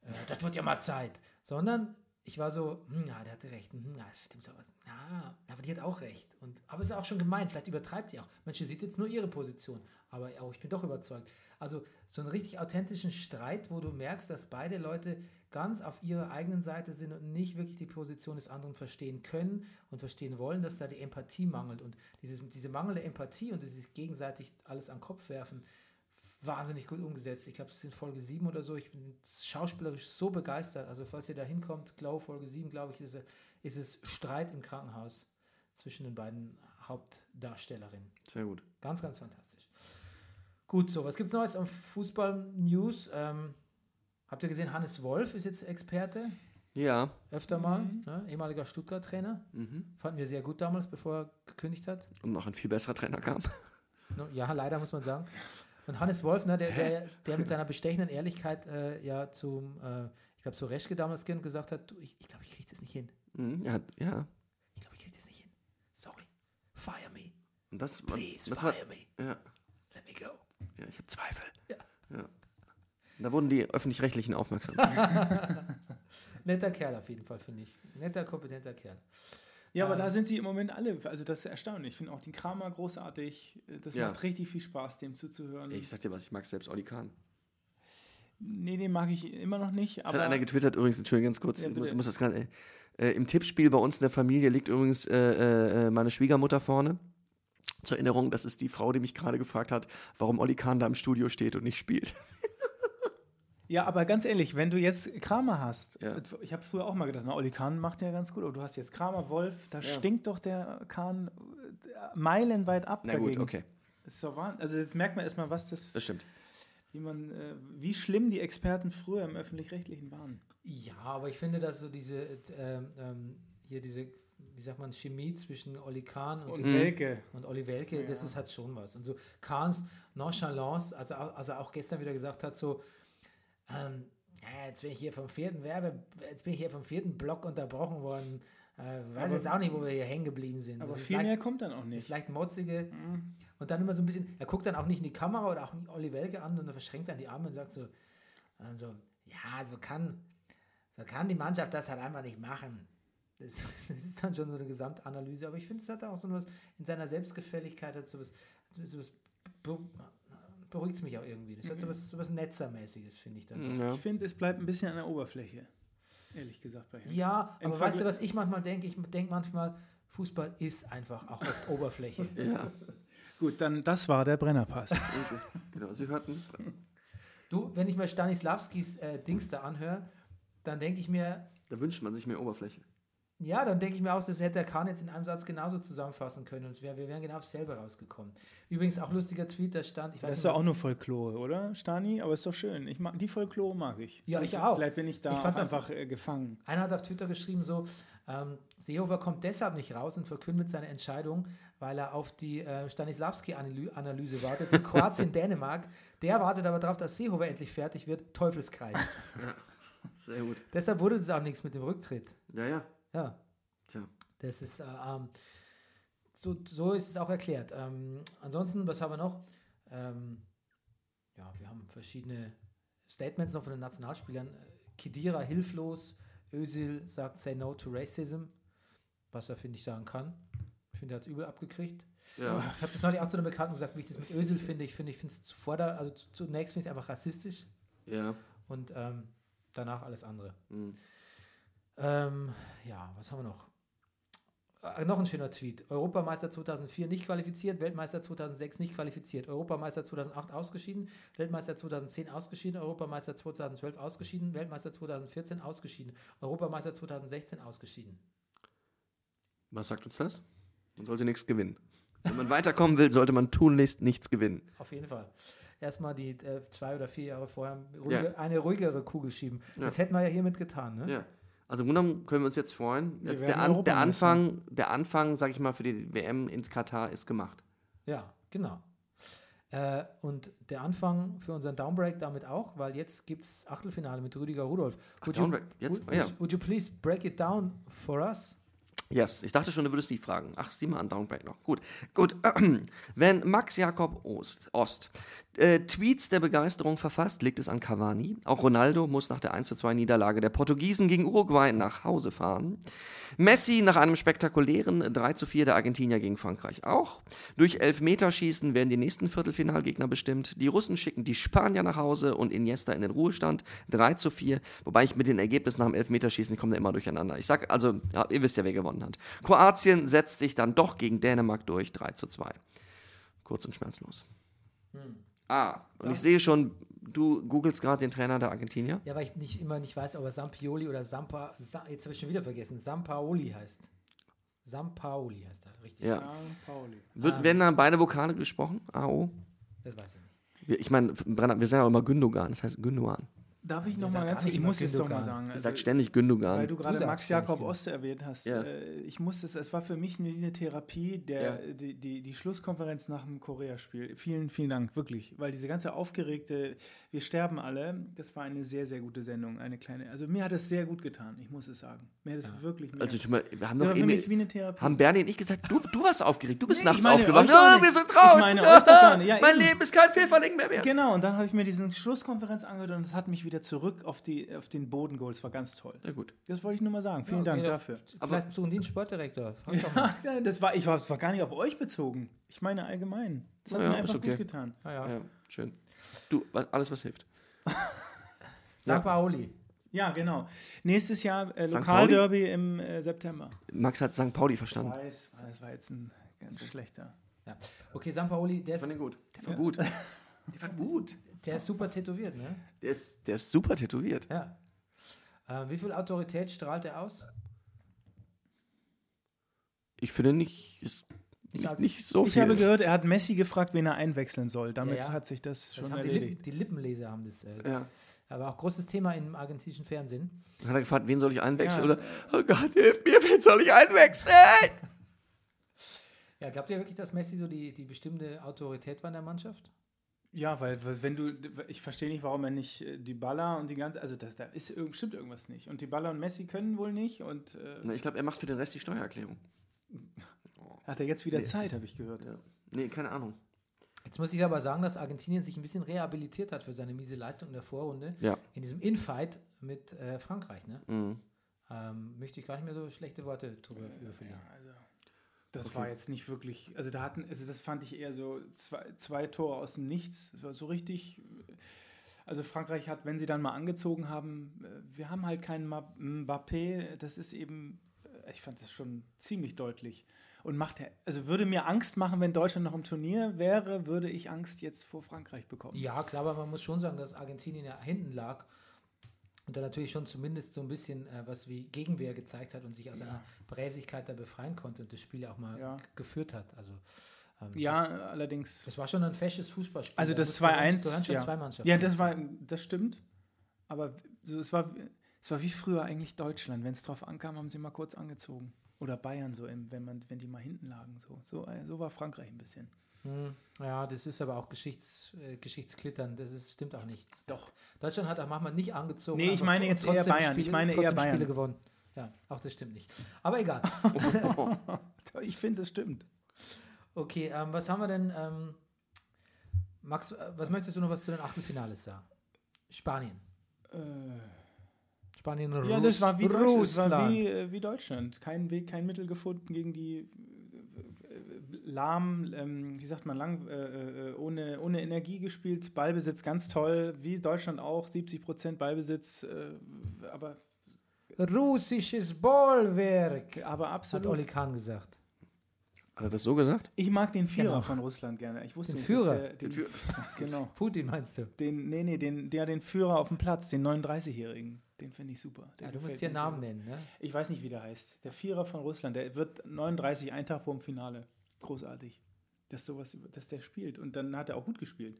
äh, das wird ja mal Zeit. Sondern ich war so, hm, ja, der hatte recht, hm, ja, das stimmt so was. Ja, aber die hat auch recht. Und, aber es ist auch schon gemeint, vielleicht übertreibt die auch. Mensch, die sieht jetzt nur ihre Position, aber oh, ich bin doch überzeugt. Also so einen richtig authentischen Streit, wo du merkst, dass beide Leute ganz auf ihrer eigenen Seite sind und nicht wirklich die Position des anderen verstehen können und verstehen wollen, dass da die Empathie mangelt. Und dieses, diese mangelnde Empathie und dieses gegenseitig alles an den Kopf werfen, wahnsinnig gut umgesetzt. Ich glaube, es sind Folge 7 oder so. Ich bin schauspielerisch so begeistert. Also, falls ihr da hinkommt, glaube Folge 7, glaube ich, ist, es- ist es Streit im Krankenhaus zwischen den beiden Hauptdarstellerinnen.
Sehr gut.
Ganz, ganz fantastisch. Gut, so, was gibt's Neues am Fußball-News? Ähm, habt ihr gesehen, Hannes Wolf ist jetzt Experte,
Ja,
öfter mal, ne? ehemaliger Stuttgart-Trainer.
mhm.
Fanden wir sehr gut damals, bevor er gekündigt hat.
und noch ein viel besserer Trainer kam.
No, Ja, leider muss man sagen. Und Hannes Wolf, ne, der, der, der mit seiner bestechenden Ehrlichkeit äh, ja zum, äh, ich glaube, zu Reschke damals ging und gesagt hat, du, ich glaube, ich, glaub, ich kriege das nicht hin.
Mhm, ja, ja.
Ich glaube, ich kriege das nicht hin. Sorry. Fire me.
Und das, war-
Please
das war,
fire me.
ja,
Let me go.
ja, ich habe Zweifel.
Ja.
ja. Da wurden die Öffentlich-Rechtlichen aufmerksam.
Netter Kerl auf jeden Fall, finde ich. Netter, kompetenter Kerl.
Ja, aber
Ähm.
da sind sie im Moment alle. Also das ist erstaunlich. Ich finde auch den Kramer großartig. Das
Ja.
macht richtig viel Spaß, dem zuzuhören.
Ey, ich sag dir was, ich mag selbst Olli Kahn.
nee, den mag ich immer noch nicht.
Es
Aber
hat halt einer getwittert übrigens, Entschuldigung, ganz kurz, ich
Ja,
muss,
bitte.
ich muss das gerade. äh, Äh, Im Tippspiel bei uns in der Familie liegt übrigens äh, äh, meine Schwiegermutter vorne. Zur Erinnerung, das ist die Frau, die mich gerade gefragt hat, warum Olli Kahn da im Studio steht und nicht spielt.
ja, aber ganz ehrlich, wenn du jetzt Kramer hast,
Ja.
ich habe früher auch mal gedacht, na, Olli Kahn macht ja ganz gut, aber du hast jetzt Kramer, Wolf, da stinkt doch der Kahn äh, meilenweit ab.
Na gut,
dagegen.
okay,
Das ist doch Wahnsinn. Also jetzt merkt man erstmal, was das,
das stimmt.
wie man, äh, wie schlimm die Experten früher im öffentlich-rechtlichen waren.
Ja, aber ich finde, dass so diese, ähm, ähm, hier diese, wie sagt man, Chemie zwischen Oli Kahn und,
Und
Mhm.
Welke.
und Olli Welke, das ist, hat schon was. Und so Kahns Nonchalance, also, au- also auch gestern wieder gesagt hat, so, ähm, ja, jetzt bin ich hier vom vierten Werbe, jetzt bin ich hier vom vierten Block unterbrochen worden. Äh, weiß
Aber-
jetzt auch nicht, wo wir hier hängen geblieben sind.
Aber
Das ist
viel
leicht-
mehr kommt dann auch nicht.
das leicht motzige und dann immer so ein bisschen, er guckt dann auch nicht in die Kamera oder auch nicht Olli Welke an, sondern verschränkt dann die Arme und sagt so, dann so ja, so kann, so kann die Mannschaft das halt einfach nicht machen. Das, das ist dann schon so eine Gesamtanalyse, aber ich finde, es hat auch so was, in seiner Selbstgefälligkeit hat sowas, sowas beruhigt mich auch irgendwie. Das hat sowas, sowas Netzermäßiges, finde ich dann.
Hm, Ja.
Ich finde, es bleibt ein bisschen an der Oberfläche. Ehrlich gesagt bei ihm.
Ja,
Im
aber weißt
Vergleich-
du, was ich manchmal denke? Ich denke manchmal, Fußball ist einfach auch oft Oberfläche.
Gut, dann das war der Brennerpass.
Genau, Sie hörten.
Du, wenn ich mal Stanislawskis äh, Dings da anhöre, dann denke ich mir,
Da wünscht man sich mehr Oberfläche.
ja, dann denke ich mir auch, das hätte der Kahn jetzt in einem Satz genauso zusammenfassen können und es wär, wir wären genau aufs selbe rausgekommen. Übrigens auch lustiger Tweet, da stand, ich weiß
Das ist
nicht,
doch auch nur Folklore, oder, Stani? Aber ist doch schön. Ich mag, die Folklore mag ich.
Ja, ich auch.
Vielleicht bin ich da
Ich fand's auch
einfach äh, gefangen.
einer hat auf Twitter geschrieben so, ähm, Seehofer kommt deshalb nicht raus und verkündet seine Entscheidung, weil er auf die äh, Stanislawski-Analyse wartet, zu Kroatien, Dänemark. Der wartet aber darauf, dass Seehofer endlich fertig wird, Teufelskreis.
Sehr gut.
deshalb wurde das auch nichts mit dem Rücktritt.
Ja, ja.
Ja.
Tja.
Das ist, äh, ähm, so, so ist es auch erklärt. Ähm, ansonsten, was haben wir noch? Ähm, ja, wir haben verschiedene Statements noch von den Nationalspielern. Äh, Khedira hilflos, Özil sagt Say No to Racism, was er, finde ich, sagen kann. Ich finde, er hat es übel abgekriegt.
Ja.
Ich habe das neulich auch zu einer Bekannten gesagt, wie ich das mit Özil finde. Ich finde, ich finde es zuvorder, also zu- zunächst finde ich es einfach rassistisch
Ja.
und ähm, danach alles andere.
Mhm.
Ähm, ja, was haben wir noch? Ah, noch ein schöner Tweet. Europameister 2004 nicht qualifiziert, Weltmeister 2006 nicht qualifiziert, Europameister 2008 ausgeschieden, Weltmeister 2010 ausgeschieden, Europameister 2012 ausgeschieden, Weltmeister 2014 ausgeschieden, Europameister 2016 ausgeschieden.
Was sagt uns das? Man sollte nichts gewinnen. Wenn man weiterkommen will, sollte man tunlichst nichts gewinnen.
Auf jeden Fall. Erstmal die äh, zwei oder vier Jahre vorher ruhige, eine ruhigere Kugel schieben. Das hätten wir ja hiermit getan. Ne?
Ja. Also im Grunde genommen können wir uns jetzt freuen.
Wir
Jetzt
werden
der, An der
Europameister.
Anfang, der Anfang, sag ich mal, für die WM in Katar ist gemacht.
Ja, genau. Äh, und der Anfang für unseren Downbreak damit auch, weil jetzt gibt es Achtelfinale mit Rüdiger Rudolph. Would you-
Downbreak, jetzt?
would,
Ah, ja.
would you please break it down for us?
Yes, ich dachte schon, du würdest die fragen. Ach, sieh mal an, Downbreak noch. Gut, gut. Wenn Max Jakob Ost, Ost äh, Tweets der Begeisterung verfasst, liegt es an Cavani. Auch Ronaldo muss nach der 1-2-Niederlage der Portugiesen gegen Uruguay nach Hause fahren. Messi nach einem spektakulären 3-4 der Argentinier gegen Frankreich auch. Durch Elfmeterschießen werden die nächsten Viertelfinalgegner bestimmt. Die Russen schicken die Spanier nach Hause und Iniesta in den Ruhestand. 3-4, wobei ich mit den Ergebnissen nach dem Elfmeterschießen komme da immer durcheinander. Ich sag, also, ja, ihr wisst ja, wer gewonnen hat. Kroatien setzt sich dann doch gegen Dänemark durch, 3-2. Kurz und schmerzlos. Ah, und ich sehe schon, du googelst gerade den Trainer der Argentinier.
Ja, weil ich nicht, immer nicht weiß, ob er Sampioli oder Sampa. Sa, jetzt habe ich schon wieder vergessen. Sampaoli heißt. Sampaoli heißt er, richtig.
Ja.
Pauli.
Wird, werden dann beide Vokale gesprochen? AO?
Das weiß ich nicht.
Wir- Ich meine, Brenner- wir sagen ja auch immer Gündogan, das heißt Gündogan.
Darf ich
sag
nochmal
gar
ganz
nicht
Ich
immer
muss es doch mal
Gündogan.
sagen.
Er
Also,
sagt ständig Gündogan.
weil du gerade
sagst
Max
ja nicht
Jakob
Gündogan.
Ost erwähnt hast.
Ja.
Äh, Ich musste es, es war für mich eine, eine Therapie, der, die, die, die Schlusskonferenz nach dem Koreaspiel. Vielen, vielen Dank, wirklich. Weil diese ganze aufgeregte, wir sterben alle, das war eine sehr, sehr gute Sendung. Eine kleine, also mir hat es sehr gut getan, ich muss es sagen. Mir hat es wirklich mir
also,
das
schon mal, wir haben
war
doch
für mich wie
eben.
eine Therapie.
Haben Bernie und ich gesagt, du, du warst aufgeregt, du bist
Nee,
nachts
ich meine
aufgewacht.
euch doch
Oh,
nicht.
wir sind
Ich
raus.
meine euch doch gar nicht. Ja,
mein
eben.
Leben ist kein Pfifferling mehr. mehr.
Genau, und dann habe ich mir diese Schlusskonferenz angehört und es hat mich wieder zurück auf, die, auf den Boden geholt. Es war ganz toll.
Na gut.
Das wollte ich nur mal sagen. Vielen Dank
Ja,
dafür.
Vielleicht suchen die einen Sportdirektor. Frag doch mal.
Ja, das war, ich war, das war gar nicht auf euch bezogen. Ich meine allgemein. Das hat
Naja,
mir
ist
einfach
okay.
gut getan.
Ja, ja.
Ja, schön. Du, wa- alles, was hilft.
Sampaoli.
Ja, genau. Nächstes Jahr äh,
St.
Lokalderby im äh, September.
Max hat St. Pauli verstanden.
Weiß, das war jetzt ein ganz schlechter.
Ja. Okay, Sampaoli, der
Ich fand
ist,
den gut. Der war gut. Der war gut.
der ist super tätowiert, ne?
Der ist, der ist super tätowiert.
Ja. Äh, wie viel Autorität strahlt er aus?
Ich finde nicht, ist nicht,
sag's.
nicht so
Ich
viel.
habe gehört, er hat Messi gefragt, wen er einwechseln soll. Damit
Ja, ja.
hat sich das schon
Das haben die, Lippen,
erledigt.
die Lippenleser haben das. Äh,
ja.
Aber auch großes Thema im argentinischen Fernsehen.
Dann hat er gefragt, wen soll ich einwechseln?
Ja.
Oder, oh Gott, hilf mir, wen soll ich einwechseln?
Ja, glaubt ihr wirklich, dass Messi so die, die bestimmte Autorität war in der Mannschaft?
Ja, weil weil wenn du, ich verstehe nicht, warum er nicht äh, Dybala und die ganze, also das, da ist irgend, stimmt irgendwas nicht. Und Dybala und Messi können wohl nicht und äh,
Na, ich glaube, er macht für den Rest die Steuererklärung.
hat er jetzt wieder Zeit, habe ich gehört.
Nee, keine Ahnung.
Jetzt muss ich aber sagen, dass Argentinien sich ein bisschen rehabilitiert hat für seine miese Leistung in der Vorrunde.
Ja.
In diesem Infight mit äh, Frankreich. Ne?
Mhm.
Ähm, möchte ich gar nicht mehr so schlechte Worte drüber
Äh,
überführen.
also, Das war jetzt nicht wirklich, also da hatten, also das fand ich eher so zwei, zwei Tore aus dem Nichts. Es war so richtig, also Frankreich hat, wenn sie dann mal angezogen haben, äh, wir haben halt keinen Ma- Mbappé, das ist eben, äh, ich fand das schon ziemlich deutlich. Und macht er, also würde mir Angst machen, wenn Deutschland noch im Turnier wäre, würde ich Angst jetzt vor Frankreich bekommen.
Ja, klar, aber man muss schon sagen, dass Argentinien ja hinten lag und da natürlich schon zumindest so ein bisschen äh, was wie Gegenwehr gezeigt hat und sich aus einer Bräsigkeit da befreien konnte und das Spiel ja auch mal
Ja.
g- geführt hat. Also ähm,
Ja,
das,
allerdings.
das war schon ein fesches Fußballspiel.
Also
Da
das
muss man-
2-1.
gehören schon
ja.
zwei Mannschaften.
Ja, das war, das stimmt. Aber so, es, war, es war wie früher eigentlich Deutschland. Wenn es drauf ankam, haben sie mal kurz angezogen. Oder Bayern so, im- wenn, man, wenn die mal hinten lagen. So, so, äh, so war Frankreich ein bisschen.
Hm, ja, das ist aber auch Geschichts, äh, Geschichtsklittern. Das ist, stimmt auch nicht.
Doch.
Deutschland hat auch manchmal nicht angezogen.
Nee, ich
aber
meine
tro-
jetzt eher
trotzdem
Bayern. Ich meine eher
trotzdem
Bayern.
Spiele gewonnen. Ja, auch das stimmt nicht. Aber egal.
Ich finde, das stimmt.
Okay, ähm, was haben wir denn? Ähm, Max, äh, was möchtest du noch was zu den Achtelfinales sagen? Spanien.
Äh,
Spanien
ja, das war wie, Deutschland. Das
Russland.
war wie, äh, wie Deutschland. Kein Weg, kein Mittel gefunden gegen die äh, äh, lahm, ähm, wie sagt man, lang, äh, äh, ohne, ohne Energie gespielt. Ballbesitz ganz toll, wie Deutschland auch. 70% Ballbesitz, äh, aber
Russisches Bollwerk,
Aber
hat Oli
absolut.
Kahn gesagt.
Hat er das so gesagt?
Ich mag den Führer
Genau.
von Russland gerne. Ich wusste
Den
nicht,
Führer?
Dass der, den, Führer. genau.
Putin meinst du?
Den, nee, nee, den, der, den Führer auf dem Platz, den 39-Jährigen. Den finde ich super. Der
Ja, du
gefällt
musst hier
mir
Namen
sehr.
nennen, ne?
Ich weiß nicht, wie der heißt. Der Vierer von Russland. Der wird 39, einen Tag vor dem Finale. Großartig. Dass sowas, dass der spielt. Und dann hat er auch gut gespielt.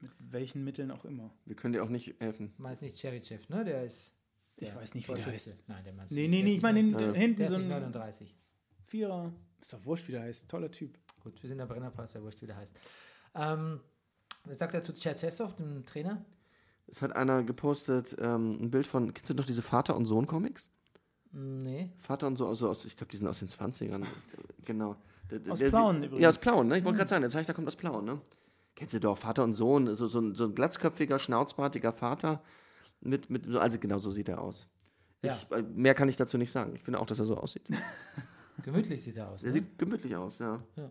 Mit welchen Mitteln auch immer.
Wir können dir auch nicht helfen.
Meinst nicht Cherrychev, ne? Der ist.
Ich weiß nicht, wie der
Torschütze.
heißt.
Nein, der meinst
Nee,
du
nee,
nicht.
nee, ich meine den, äh,
Ja.
hinten
Der
so
ist nicht
ein
39.
Vierer. Ist doch wurscht, wie der heißt. Toller Typ.
Gut, wir sind der Brennerpass, der wurscht, wie der heißt. Ähm, was sagt er zu Tscherchessow, dem Trainer?
Es hat einer gepostet ähm, ein Bild von, kennst du noch diese Vater- und Sohn-Comics?
Nee.
Vater und so, also aus, ich glaube, die sind aus den 20ern. genau. Der, der-
Aus
der-
Plauen übrigens. Mhm.
Ja, aus Plauen, ne? Ich wollte gerade sagen, der Zeichner kommt aus Plauen, ne? Kennst du doch, Vater und Sohn, so, so, ein- so ein glatzköpfiger, schnauzbartiger Vater. Mit, mit, also genau so sieht er aus.
Ja.
Ich, äh, mehr kann ich dazu nicht sagen. Ich finde auch, dass er so aussieht.
Gemütlich sieht er aus.
Der
Hm?
Ne?
sieht gemütlich aus, ja.
Ja.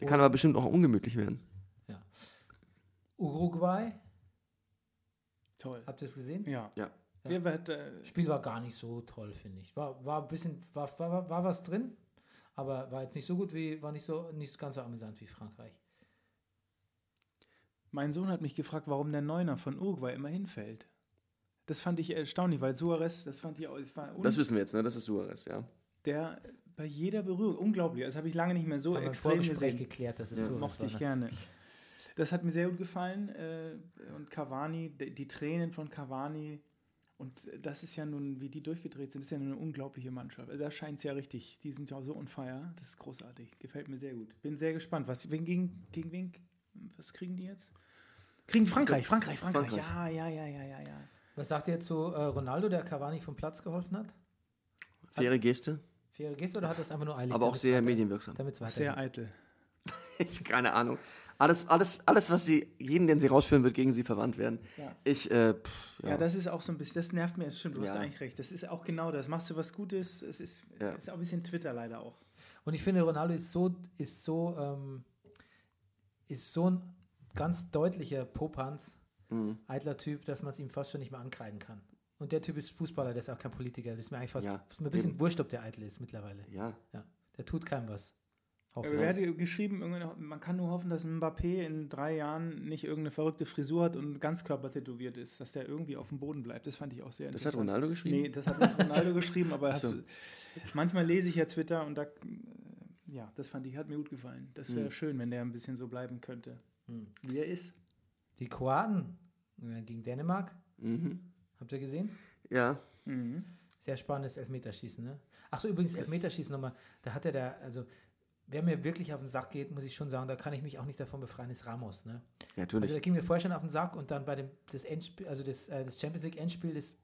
Der kann aber bestimmt auch ungemütlich werden.
Uruguay,
Toll.
habt ihr es gesehen?
Ja.
Ja.
Wir wird, äh,
Spiel war gar nicht so toll, finde ich. War, war ein bisschen, war, war, war, war was drin, aber war jetzt nicht so gut wie, war nicht so, nicht ganz so amüsant wie Frankreich.
mein Sohn hat mich gefragt, warum der Neuner von Uruguay immer hinfällt. Das fand ich erstaunlich, weil Suarez, das fand ich auch, es war un-
Das wissen wir jetzt, ne? Das ist Suarez, ja.
der bei jeder Berührung, unglaublich, das habe ich lange nicht mehr so
haben wir im
extrem
Vorgespräch
gesehen.
geklärt, dass es
Ja,
so
Mochte
war,
ich
ne?
gerne. Das hat mir sehr gut gefallen. äh, Und Cavani, d- die Tränen von Cavani. Und das ist ja nun, wie die durchgedreht sind, ist ja nun eine unglaubliche Mannschaft. Also da scheint es ja richtig. Die sind ja auch so on fire. Das ist großartig. Gefällt mir sehr gut. Bin sehr gespannt. Was, wen, gegen, gegen wen? Was kriegen die jetzt? Kriegen Frankreich, Frankreich, Frankreich.
Frankreich.
Ja, ja, ja, ja, ja, ja.
Was sagt ihr zu äh, Ronaldo, der Cavani vom Platz geholfen hat?
Faire Geste,
Faire Geste oder hat das einfach nur eilig?
aber auch
damit's
sehr
weiter-
medienwirksam.
Damit's weiter
Sehr eitel.
Ich keine Ahnung. Alles, alles, alles, was sie, jeden, den sie rausführen, wird gegen sie verwandt werden.
Ja.
Ich, äh, pff,
Ja.
ja.
das ist auch so ein bisschen, das nervt mir jetzt schon, du hast
Ja.
eigentlich recht. Das ist auch genau das. Machst du was Gutes, es ist,
Ja.
ist auch ein bisschen Twitter leider auch.
Und ich finde, Ronaldo ist so, ist so, ähm, ist so ein ganz deutlicher Popanz,
Mhm.
eitler Typ, dass man es ihm fast schon nicht mehr ankreiden kann. Und der Typ ist Fußballer, der ist auch kein Politiker. Das ist mir eigentlich fast
Ja,
ist mir ein bisschen
eben.
wurscht, ob der eitel ist mittlerweile.
ja.
Ja, der tut keinem was.
Aber wer hat hier geschrieben, irgendwie, man kann nur hoffen, dass Mbappé in drei Jahren nicht irgendeine verrückte Frisur hat und ganzkörper tätowiert ist, dass der irgendwie auf dem Boden bleibt. Das fand ich auch sehr
Das hat Ronaldo geschrieben?
Nee, das hat nicht Ronaldo geschrieben, aber er hat,
Ach so.
manchmal lese ich ja Twitter und da, äh, ja, das fand ich, hat mir gut gefallen. Das
Hm.
wäre schön, wenn der ein bisschen so bleiben könnte,
Hm.
wie er ist.
Die Kroaten äh, gegen Dänemark,
Mhm.
habt ihr gesehen?
Ja. Mhm.
Sehr spannendes Elfmeterschießen, ne? Achso, übrigens, Elfmeterschießen nochmal. Da hat er da, also, wer mir wirklich auf den Sack geht, muss ich schon sagen, da kann ich mich auch nicht davon befreien, ist Ramos, ne?
Ja, natürlich.
Also, da ging mir vorher schon auf den Sack und dann bei dem das Endspiel, also das, äh, das Champions League Endspiel, das,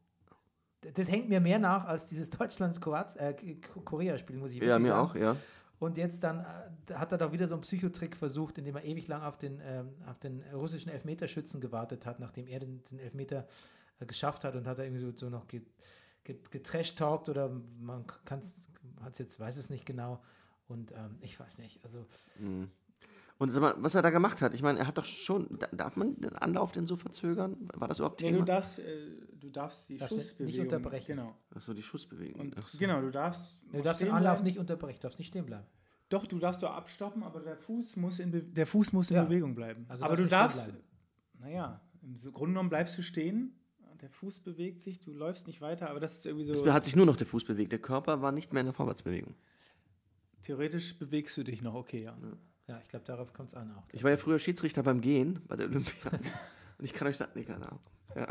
das hängt mir mehr nach als dieses äh, Deutschlands-Korea-Spiel, muss ich
ja,
wirklich
mir
sagen.
auch, ja.
Und jetzt dann äh, da hat er da wieder so einen Psychotrick versucht, indem er ewig lang auf den, ähm, auf den russischen Elfmeterschützen gewartet hat, nachdem er den, den Elfmeter äh, geschafft hat und hat er irgendwie so, so noch ge, ge, getrashtalkt oder man kann es jetzt, weiß es nicht genau. Und ähm, ich weiß nicht. Also
Mhm. Und sag mal, was er da gemacht hat, ich meine, er hat doch schon, da- darf man den Anlauf denn so verzögern? War das überhaupt
Nee, du
Thema?
darfst, äh, du darfst die
Darfst du nicht
Schussbewegung
unterbrechen.
Genau.
Achso, die Schussbewegung.
Und,
Ach so.
Genau, du darfst.
du darfst den
stehen
Anlauf
bleiben.
nicht unterbrechen, du darfst nicht stehen bleiben.
Doch, du darfst doch abstoppen, aber der Fuß muss in, Be der Fuß muss in
Ja.
Bewegung bleiben.
Also
aber
darfst
du
nicht stehen
darfst,
bleiben.
naja, im so- Grunde genommen bleibst du stehen, der Fuß bewegt sich, du läufst nicht weiter, aber das ist irgendwie
Es
so,
hat sich nur noch der Fuß bewegt. Der Körper war nicht mehr in der Vorwärtsbewegung.
theoretisch bewegst du dich noch, okay, ja.
Ja, ich glaube, darauf kommt es an auch.
Ich war ja früher Schiedsrichter beim Gehen bei der Olympia. Und ich kann euch sagen, nee, keine Ahnung. Ja.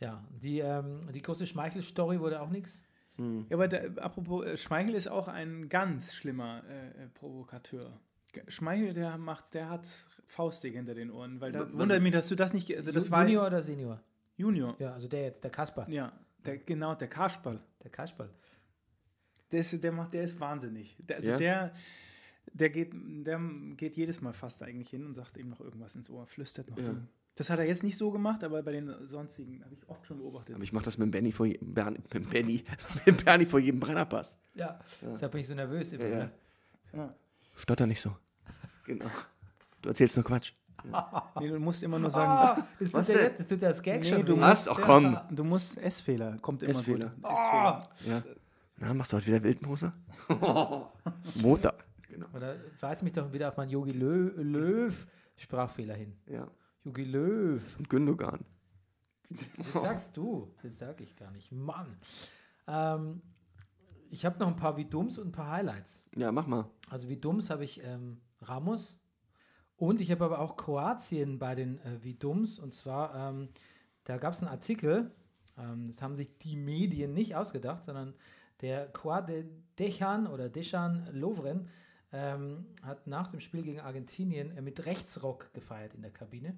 Ja, die, ähm, die große Schmeichel-Story wurde auch nichts.
Ja, aber da, apropos, äh, Schmeichel ist auch ein ganz schlimmer äh, äh, Provokateur. G- Schmeichel, der macht, der hat Faustdicke hinter den Ohren, weil da
Was-
wundert mich, dass du das nicht, ge- also das
Also Ju-
war
Junior oder Senior?
Junior, ja,
Ja, also der jetzt, der Kasper.
der, genau, der Kasperl.
Der Kasper.
Der ist, der macht, der ist wahnsinnig. Der, also
Ja?
der, der, geht, der geht jedes Mal fast eigentlich hin und sagt ihm noch irgendwas ins Ohr, flüstert noch. Dem. Das hat er jetzt nicht so gemacht, aber bei den sonstigen habe ich oft schon beobachtet.
Aber ich mache das mit dem Benny vor, je, Bern, mit dem Benny, mit dem Bernie vor jedem Brennerpass.
Ja, deshalb bin ich so nervös. Immer,
Ja,
ne?
ja. Stotter nicht so. Genau. Du erzählst nur Quatsch.
Nee, du musst immer nur sagen,
Ah, Das
Was
tut, der,
denn?
jetzt- das tut der das Gag
Ah! Nee,
schon.
du
weh.
Was? Ach komm.
du musst S-Fehler, kommt immer
S-Fehler.
gut.
Ah!
Ja. Na, machst du heute wieder Wildmoser? Moser. Genau.
Oder weist mich doch wieder auf meinen Yogi Lö Löw Sprachfehler hin.
Ja.
Yogi Löw.
Und Gündogan.
Das sagst du. Das sag ich gar nicht. Mann. Ähm, ich habe noch ein paar wie Dums und ein paar Highlights.
Ja, mach mal.
Also wie Dums habe ich ähm, Ramos und ich habe aber auch Kroatien bei den äh, wie Dums und zwar ähm, da gab es einen Artikel, ähm, das haben sich die Medien nicht ausgedacht, sondern der Kroate Dejan oder Dejan Lovren ähm, hat nach dem Spiel gegen Argentinien äh, mit Rechtsrock gefeiert in der Kabine.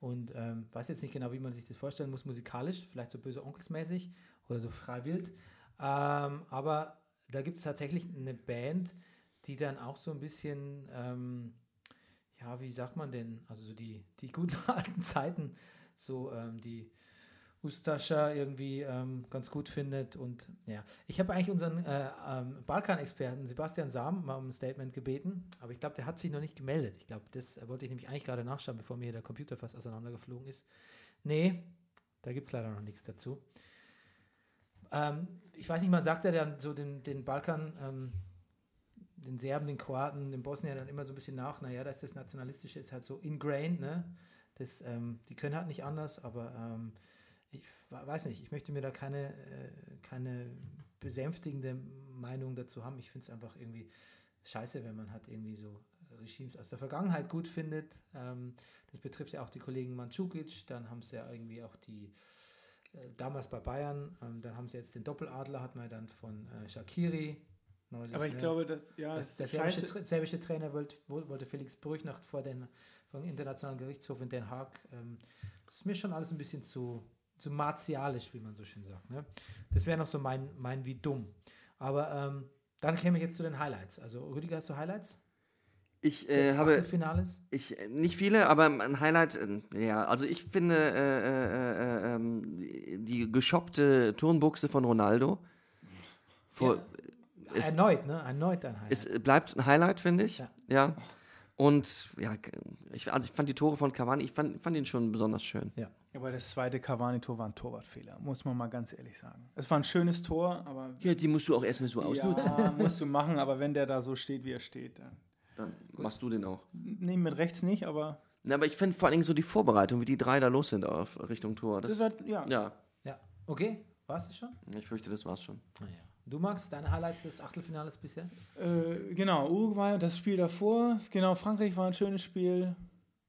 Und ähm, weiß jetzt nicht genau, wie man sich das vorstellen muss, musikalisch, vielleicht so böse onkelsmäßig. oder so freiwillig. Ähm, aber da gibt es tatsächlich eine Band, die dann auch so ein bisschen, ähm, ja, wie sagt man denn, also so die, die guten alten Zeiten, so ähm, die Ustascha irgendwie ähm, ganz gut findet. Und ja, ich habe eigentlich unseren äh, ähm, Balkan-Experten Sebastian Sam mal um ein Statement gebeten, aber ich glaube, der hat sich noch nicht gemeldet. Ich glaube, das äh, wollte ich nämlich eigentlich gerade nachschauen, bevor mir hier der Computer fast auseinandergeflogen ist. Nee, da gibt es leider noch nichts dazu. Ähm, ich weiß nicht, man sagt ja dann so den, den Balkan, ähm, den Serben, den Kroaten, den Bosnien dann immer so ein bisschen nach, naja, das ist das Nationalistische, ist halt so ingrained, ne? Das, ähm, die können halt nicht anders, aber ähm, ich we- weiß nicht, ich möchte mir da keine, äh, keine besänftigende Meinung dazu haben. Ich finde es einfach irgendwie scheiße, wenn man halt irgendwie so Regimes aus der Vergangenheit gut findet. Ähm, das betrifft ja auch die Kollegen Mandzukic, dann haben es ja irgendwie auch die äh, damals bei Bayern, ähm, dann haben sie jetzt den Doppeladler, hat man ja dann von äh, Shakiri. Neulich,
Aber ich
ne?
glaube, dass, ja,
Das, der
das
serbische,
scheiße-
Tra- serbische Trainer wollte, wollte Felix Brüchnacht vor den vom Internationalen Gerichtshof in Den Haag. Ähm, das ist mir schon alles ein bisschen zu, zu martialisch, wie man so schön sagt. Ne? Das wäre noch so mein, mein wie dumm. Aber ähm, dann käme ich jetzt zu den Highlights. Also, Rüdiger, hast du Highlights?
Ich äh, habe
Finales?
Ich, äh, nicht viele, aber ein Highlight, ähm, ja, also ich finde äh, äh, äh, ähm, die geschoppte Turnbuchse von Ronaldo vor, äh,
Ja.
es-
Erneut, ne? Erneut ein Highlight.
es bleibt ein Highlight, finde ich.
Ja.
Ja. Und ja, ich, also ich fand die Tore von Cavani, ich fand, fand ihn schon besonders schön.
Aber das zweite Cavani-Tor war ein Torwartfehler, muss man mal ganz ehrlich sagen. Es war ein schönes Tor, aber
Ja, die musst du auch erstmal so ausnutzen.
ja, musst du machen, aber wenn der da so steht, wie er steht, dann.
Dann machst du den auch.
Nee, mit rechts nicht, aber
Na, aber ich finde vor allen Dingen so die Vorbereitung, wie die drei da los sind auf Richtung Tor. Das,
das war, ja.
ja,
ja. Okay, warst du schon?
ich fürchte, das war's schon.
Naja. Du, Max, deine Highlights des Achtelfinales bisher?
Äh, genau, Uruguay und das Spiel davor. Genau, Frankreich war ein schönes Spiel.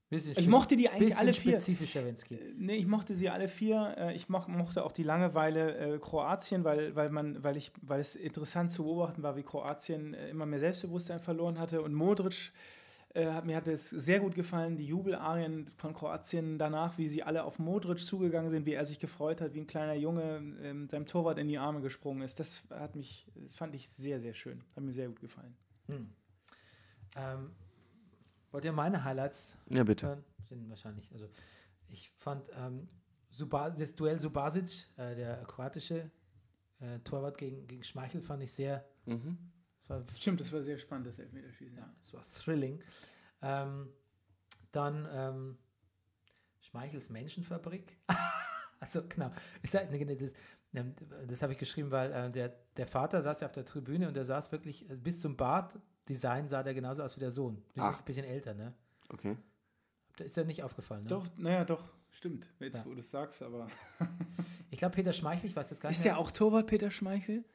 Bisschen
Ich mochte die eigentlich
bisschen
alle vier.
spezifischer, wenn es geht.
Nee, ich mochte sie alle vier. Äh, Ich moch- mochte auch die Langeweile äh, Kroatien, weil, weil, man, weil, ich, weil es interessant zu beobachten war, wie Kroatien äh, immer mehr Selbstbewusstsein verloren hatte. Und Modric, äh, hat, mir hat es sehr gut gefallen, die Jubelarien von Kroatien danach, wie sie alle auf Modric zugegangen sind, wie er sich gefreut hat, wie ein kleiner Junge ähm, seinem Torwart in die Arme gesprungen ist. Das hat mich, das fand ich sehr, sehr schön. Hat mir sehr gut gefallen.
Hm. Ähm, wollt ihr meine Highlights
Ja, bitte.
hören? Sind wahrscheinlich. Also ich fand ähm, Suba, das Duell Subasic, äh, der kroatische äh, Torwart gegen, gegen Schmeichel, fand ich sehr.
Mhm.
es War,
Stimmt, das war sehr spannend, das Elfmeterschießen. Ja.
es war thrilling. Ähm, dann ähm, Schmeichels Menschenfabrik. also genau. Ist halt, ne, das ähm, das habe ich geschrieben, weil äh, der, der Vater saß ja auf der Tribüne und der saß wirklich äh, bis zum Bartdesign sah der genauso aus wie der Sohn. Bisschen,
Ah.
Ach.
bisschen älter, ne?
Okay.
Da Ist ja nicht aufgefallen, ne?
Doch, naja, doch, stimmt. Jetzt,
Ja.
wo du es sagst, aber.
Ich glaube, Peter Schmeichel, ich weiß jetzt gar
Ist
nicht.
der auch Torwart, Peter Schmeichel?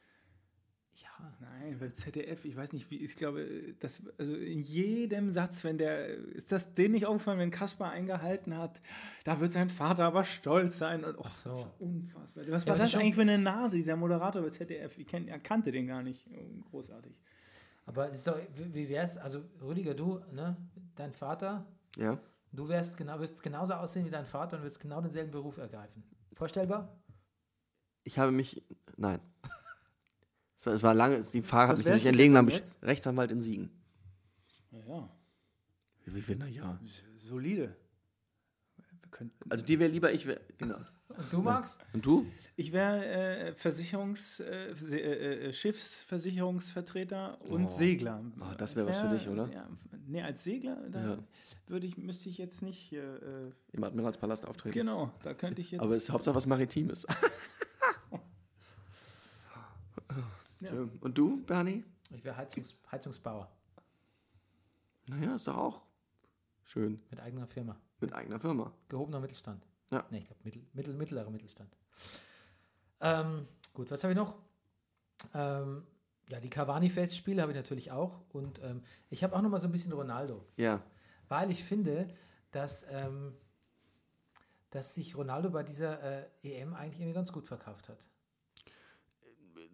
Ja,
Nein, beim ZDF, ich weiß nicht, wie, ich glaube, das, also in jedem Satz, wenn der, ist das denen nicht aufgefallen, wenn Kaspar eingehalten hat, da wird sein Vater aber stolz sein. Und, oh,
so.
das war unfassbar. Was
Ja,
war
das
das
ist auch-
eigentlich für eine Nase, dieser Moderator bei ZDF? Ich kenn, er kannte den gar nicht. Oh, Großartig.
aber so, wie wie wär's, also Rüdiger, du, ne, dein Vater,
Ja.
du wärst genau, wirst genauso aussehen wie dein Vater und wirst genau denselben Beruf ergreifen. Vorstellbar?
Ich habe mich. Nein. Es war, es war lange, die Frage hat
Was
mich nämlich
wärst du
entlegen
denn
lassen.
jetzt?
Besch- Rechtsanwalt in Siegen.
Naja,
Wie viel, na ja.
solide. Wir könnten,
Also dir wäre lieber, ich wäre. Genau.
Und du, Max?
Und du?
ich wäre äh, Versicherungs, äh, Se- äh, äh, Schiffsversicherungsvertreter und
Oh.
Segler.
Ah, das wär was für dich, oder?
Ja, nee, als Segler, da
Ja.
würde ich, müsste ich jetzt nicht. Äh, äh,
Im Admiralspalast auftreten.
Genau, da könnte ich jetzt.
Aber es ist Hauptsache was Maritimes. Schön. Und du, Bernie?
Ich wäre Heizungs, Heizungsbauer
Naja, ist doch auch schön.
mit eigener Firma.
Mit eigener Firma.
Gehobener Mittelstand.
Ja.
Nee, ich glaube, mittel, mittel, mittlerer Mittelstand. Ähm, gut, was habe ich noch? Ähm, ja, die Cavani-Festspiele habe ich natürlich auch. Und ähm, ich habe auch noch mal so ein bisschen Ronaldo.
Ja.
weil ich finde, dass, ähm, dass sich Ronaldo bei dieser äh, EM eigentlich irgendwie ganz gut verkauft hat.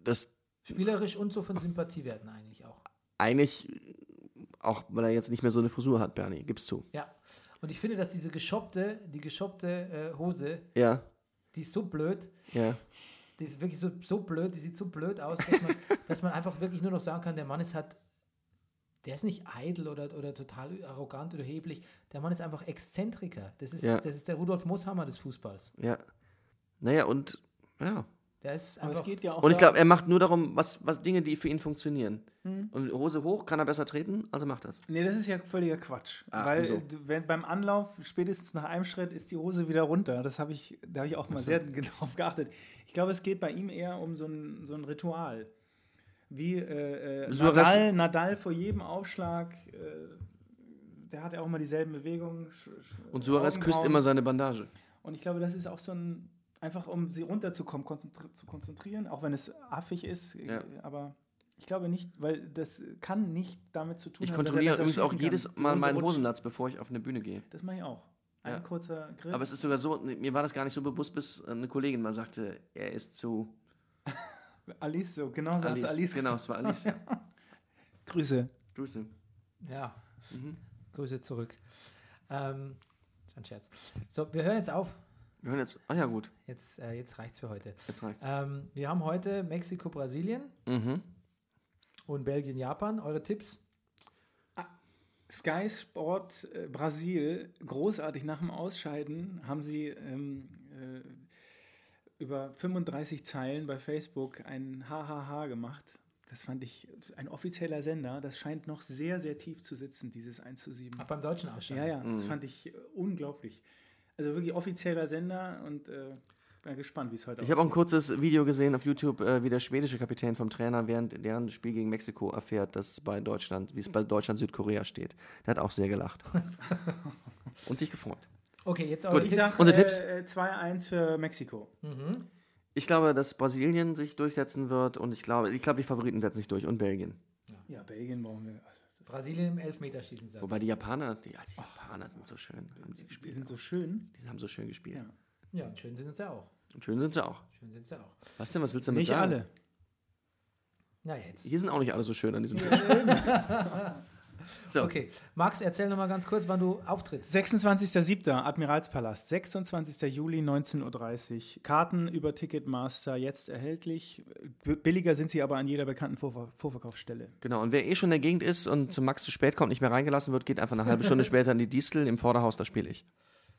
Das
Spielerisch und so von Sympathiewerten eigentlich auch.
eigentlich, auch weil er jetzt nicht mehr so eine Frisur hat, Bernie, gib's zu.
Ja. Und ich finde, dass diese geschoppte, die geschoppte äh, Hose,
Ja,
die ist so blöd,
ja.
die- die ist wirklich so, so blöd, die sieht so blöd aus, dass man, dass man einfach wirklich nur noch sagen kann, der Mann ist halt, der ist nicht eitel oder, oder total arrogant oder hebelig, der Mann ist einfach Exzentriker. Das ist,
Ja.
das ist der Rudolf Moshammer des Fußballs.
Ja. Naja, und ja.
Der ist
Aber es
einfach,
geht ja auch
Und ich
da-
glaube, er macht nur darum, was, was Dinge, die für ihn funktionieren.
Hm.
Und Hose hoch, kann er besser treten, also macht das.
Nee, das ist ja völliger Quatsch.
Ach,
weil
wieso?
äh, du- wenn, beim Anlauf, spätestens nach einem Schritt, ist die Hose wieder runter. Das habe ich, da habe ich auch mal sehr genau geachtet. Ich glaube, es geht bei ihm eher um so ein, so ein Ritual. Wie äh, äh,
So was-
Nadal, Nadal vor jedem Aufschlag, äh, der hat ja auch immer dieselben Bewegungen. sch- sch-
Und Suarez küsst
Augenbrauen.
immer seine Bandage.
Und ich glaube, das ist auch so ein, einfach um sie runterzukommen, konzentri zu konzentrieren, auch wenn es affig ist. äh,
Ja.
Aber ich glaube nicht, weil das kann nicht damit zu tun
Ich
haben, dass er
kontrolliere
besser
übrigens auch
schießen kann.
jedes
Die
Mal
Hose
meinen
rutscht.
Hosenlatz, bevor ich auf eine Bühne gehe.
Das mache ich auch. Ein
Ja.
kurzer Griff.
Aber es ist sogar so, mir war das gar nicht so bewusst, bis eine Kollegin mal sagte, er ist zu
Alice so, genau so hat's
Alice.
Alice
genau,
gesagt.
es war Alice. Ja.
Grüße.
Grüße.
ja,
Mhm.
Grüße zurück. Ähm, das war ein Scherz. So, wir hören jetzt auf.
Wir hören jetzt. Ah ja, gut,
Jetzt, äh, jetzt reicht's für heute.
jetzt reicht's.
Ähm, wir haben heute Mexiko, Brasilien
Mhm.
und Belgien, Japan. Eure Tipps?
Sky Sport äh, Brasil, großartig nach dem Ausscheiden, haben sie ähm, äh, über 35 Zeilen bei Facebook ein Hahaha gemacht. Das fand ich ein offizieller Sender. Das scheint noch sehr, sehr tief zu sitzen, dieses 1 zu 7.
Ab beim deutschen Ausschlag.
Ja, ja,
mhm.
das fand ich äh, unglaublich. Also wirklich offizieller Sender und äh, bin gespannt, wie es heute
Ich habe auch ein kurzes Video gesehen auf YouTube, äh, wie der schwedische Kapitän vom Trainer während deren Spiel gegen Mexiko erfährt, dass bei Deutschland, wie es bei Deutschland-Südkorea steht. Der hat auch sehr gelacht. Und sich gefreut.
Okay, jetzt eure
Gut,
Ich
Tipps. Mhm.
sag,
Unsere
äh,
Tipps?
äh, 2-1 für Mexiko.
Ich glaube, dass Brasilien sich durchsetzen wird und ich glaube, ich glaube, die Favoriten setzen sich durch und Belgien.
Ja, Belgien brauchen wir. Also,
Brasilien im Elfmeterschießen sagen.
Wobei die Japaner, die, ja, die Japaner sind so schön, haben sie
Die
gespielt.
sind so schön.
Die haben so schön gespielt.
Ja.
Ja, und schön sind sie auch.
Und schön sind sie auch.
Schön sind sie auch.
Was denn, was willst du damit sagen?
Naja, jetzt.
Hier sind auch nicht alle so schön an diesem Tisch. so,
Okay, Max, erzähl nochmal ganz kurz, wann du auftrittst.
26.07. Admiralspalast, 26. Juli 19.30 Uhr. Karten über Ticketmaster jetzt erhältlich. B billiger sind sie aber an jeder bekannten Vorver Vorverkaufsstelle.
genau. Und wer eh schon in der Gegend ist und zu Max zu spät kommt, nicht mehr reingelassen wird, geht einfach eine halbe Stunde später in die Distel im Vorderhaus, da spiele ich.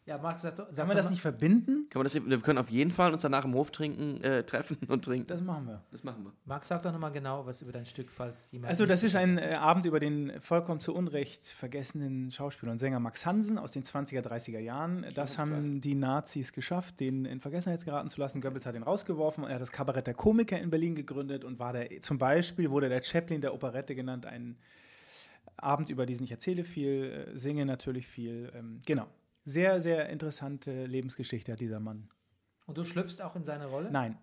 Ja, Max, sag, doch- sag
Kann man das
doch
nicht verbinden?
Kann man das, wir können auf jeden Fall uns danach im Hof trinken, äh, treffen und trinken. Das,
Das machen wir.
machen wir.
Mal, Max, sag doch nochmal genau was über dein Stück, falls jemand.
Also das ist ein äh, Abend über den vollkommen zu Unrecht vergessenen Schauspieler und Sänger Max Hansen aus den 20er, 30er Jahren. Das haben die Nazis geschafft, den in Vergessenheit geraten zu lassen. Goebbels hat ihn rausgeworfen. Er hat das Kabarett der Komiker in Berlin gegründet und war der, zum Beispiel wurde der Chaplin der Operette genannt. Ein Abend über diesen Ich erzähle viel, äh, singe natürlich viel. Ähm, genau. Sehr, sehr interessante Lebensgeschichte hat dieser Mann.
Und du schlüpfst auch in seine Rolle?
Nein,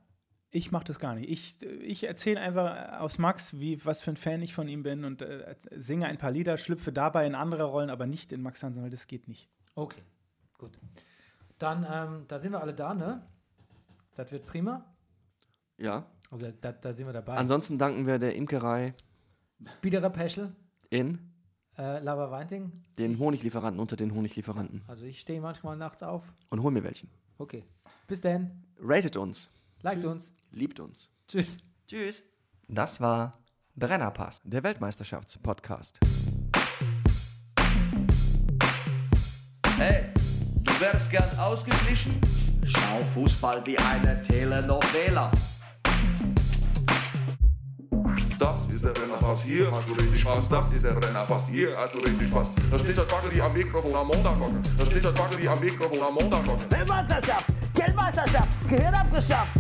ich mache das gar nicht. Ich, ich erzähle einfach aus Max, wie, was für ein Fan ich von ihm bin und äh, singe ein paar Lieder, schlüpfe dabei in andere Rollen, aber nicht in Max Hansen, weil das geht nicht.
Okay, gut. Dann, ähm, da sind wir alle da, ne? Das wird prima.
Ja.
Also da, da sind wir dabei.
Ansonsten danken wir der Imkerei
Biederer Peschel,
in
äh, Lava Weinting.
den Honiglieferanten unter den Honiglieferanten.
Also ich stehe manchmal nachts auf.
Und hol mir welchen.
Okay. Bis dann.
Ratet uns.
Liked uns.
Liebt uns.
Tschüss.
Tschüss.
Das war Brennerpass.
Der Weltmeisterschaftspodcast.
Hey, du wärst gern ausgeglichen? Schau Fußball wie eine Telenovela.
Das ist der Rennerpass, hier hast du richtig Spaß. Das ist der Rennerpass, hier hast du richtig Spaß. Da steht das Baggeli am Mikrofon am Montagmorgen. Da steht das Baggeli am Mikrofon am Montagmorgen.
Weltmeisterschaft, Geldmeisterschaft, Gehirn abgeschafft.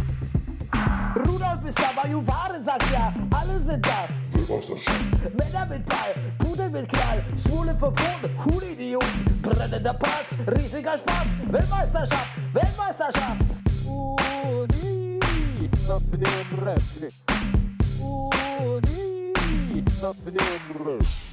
Rudolf ist dabei, Juvare sagt ja, alle sind da. Weltmeisterschaft. Männer mit Ball, Pudel mit Knall, Schwule verboten, Coolidioten, brennender Pass, riesiger Spaß. Weltmeisterschaft, Weltmeisterschaft. Uni, Safnir, Refri. Uni, Safnir, Refri.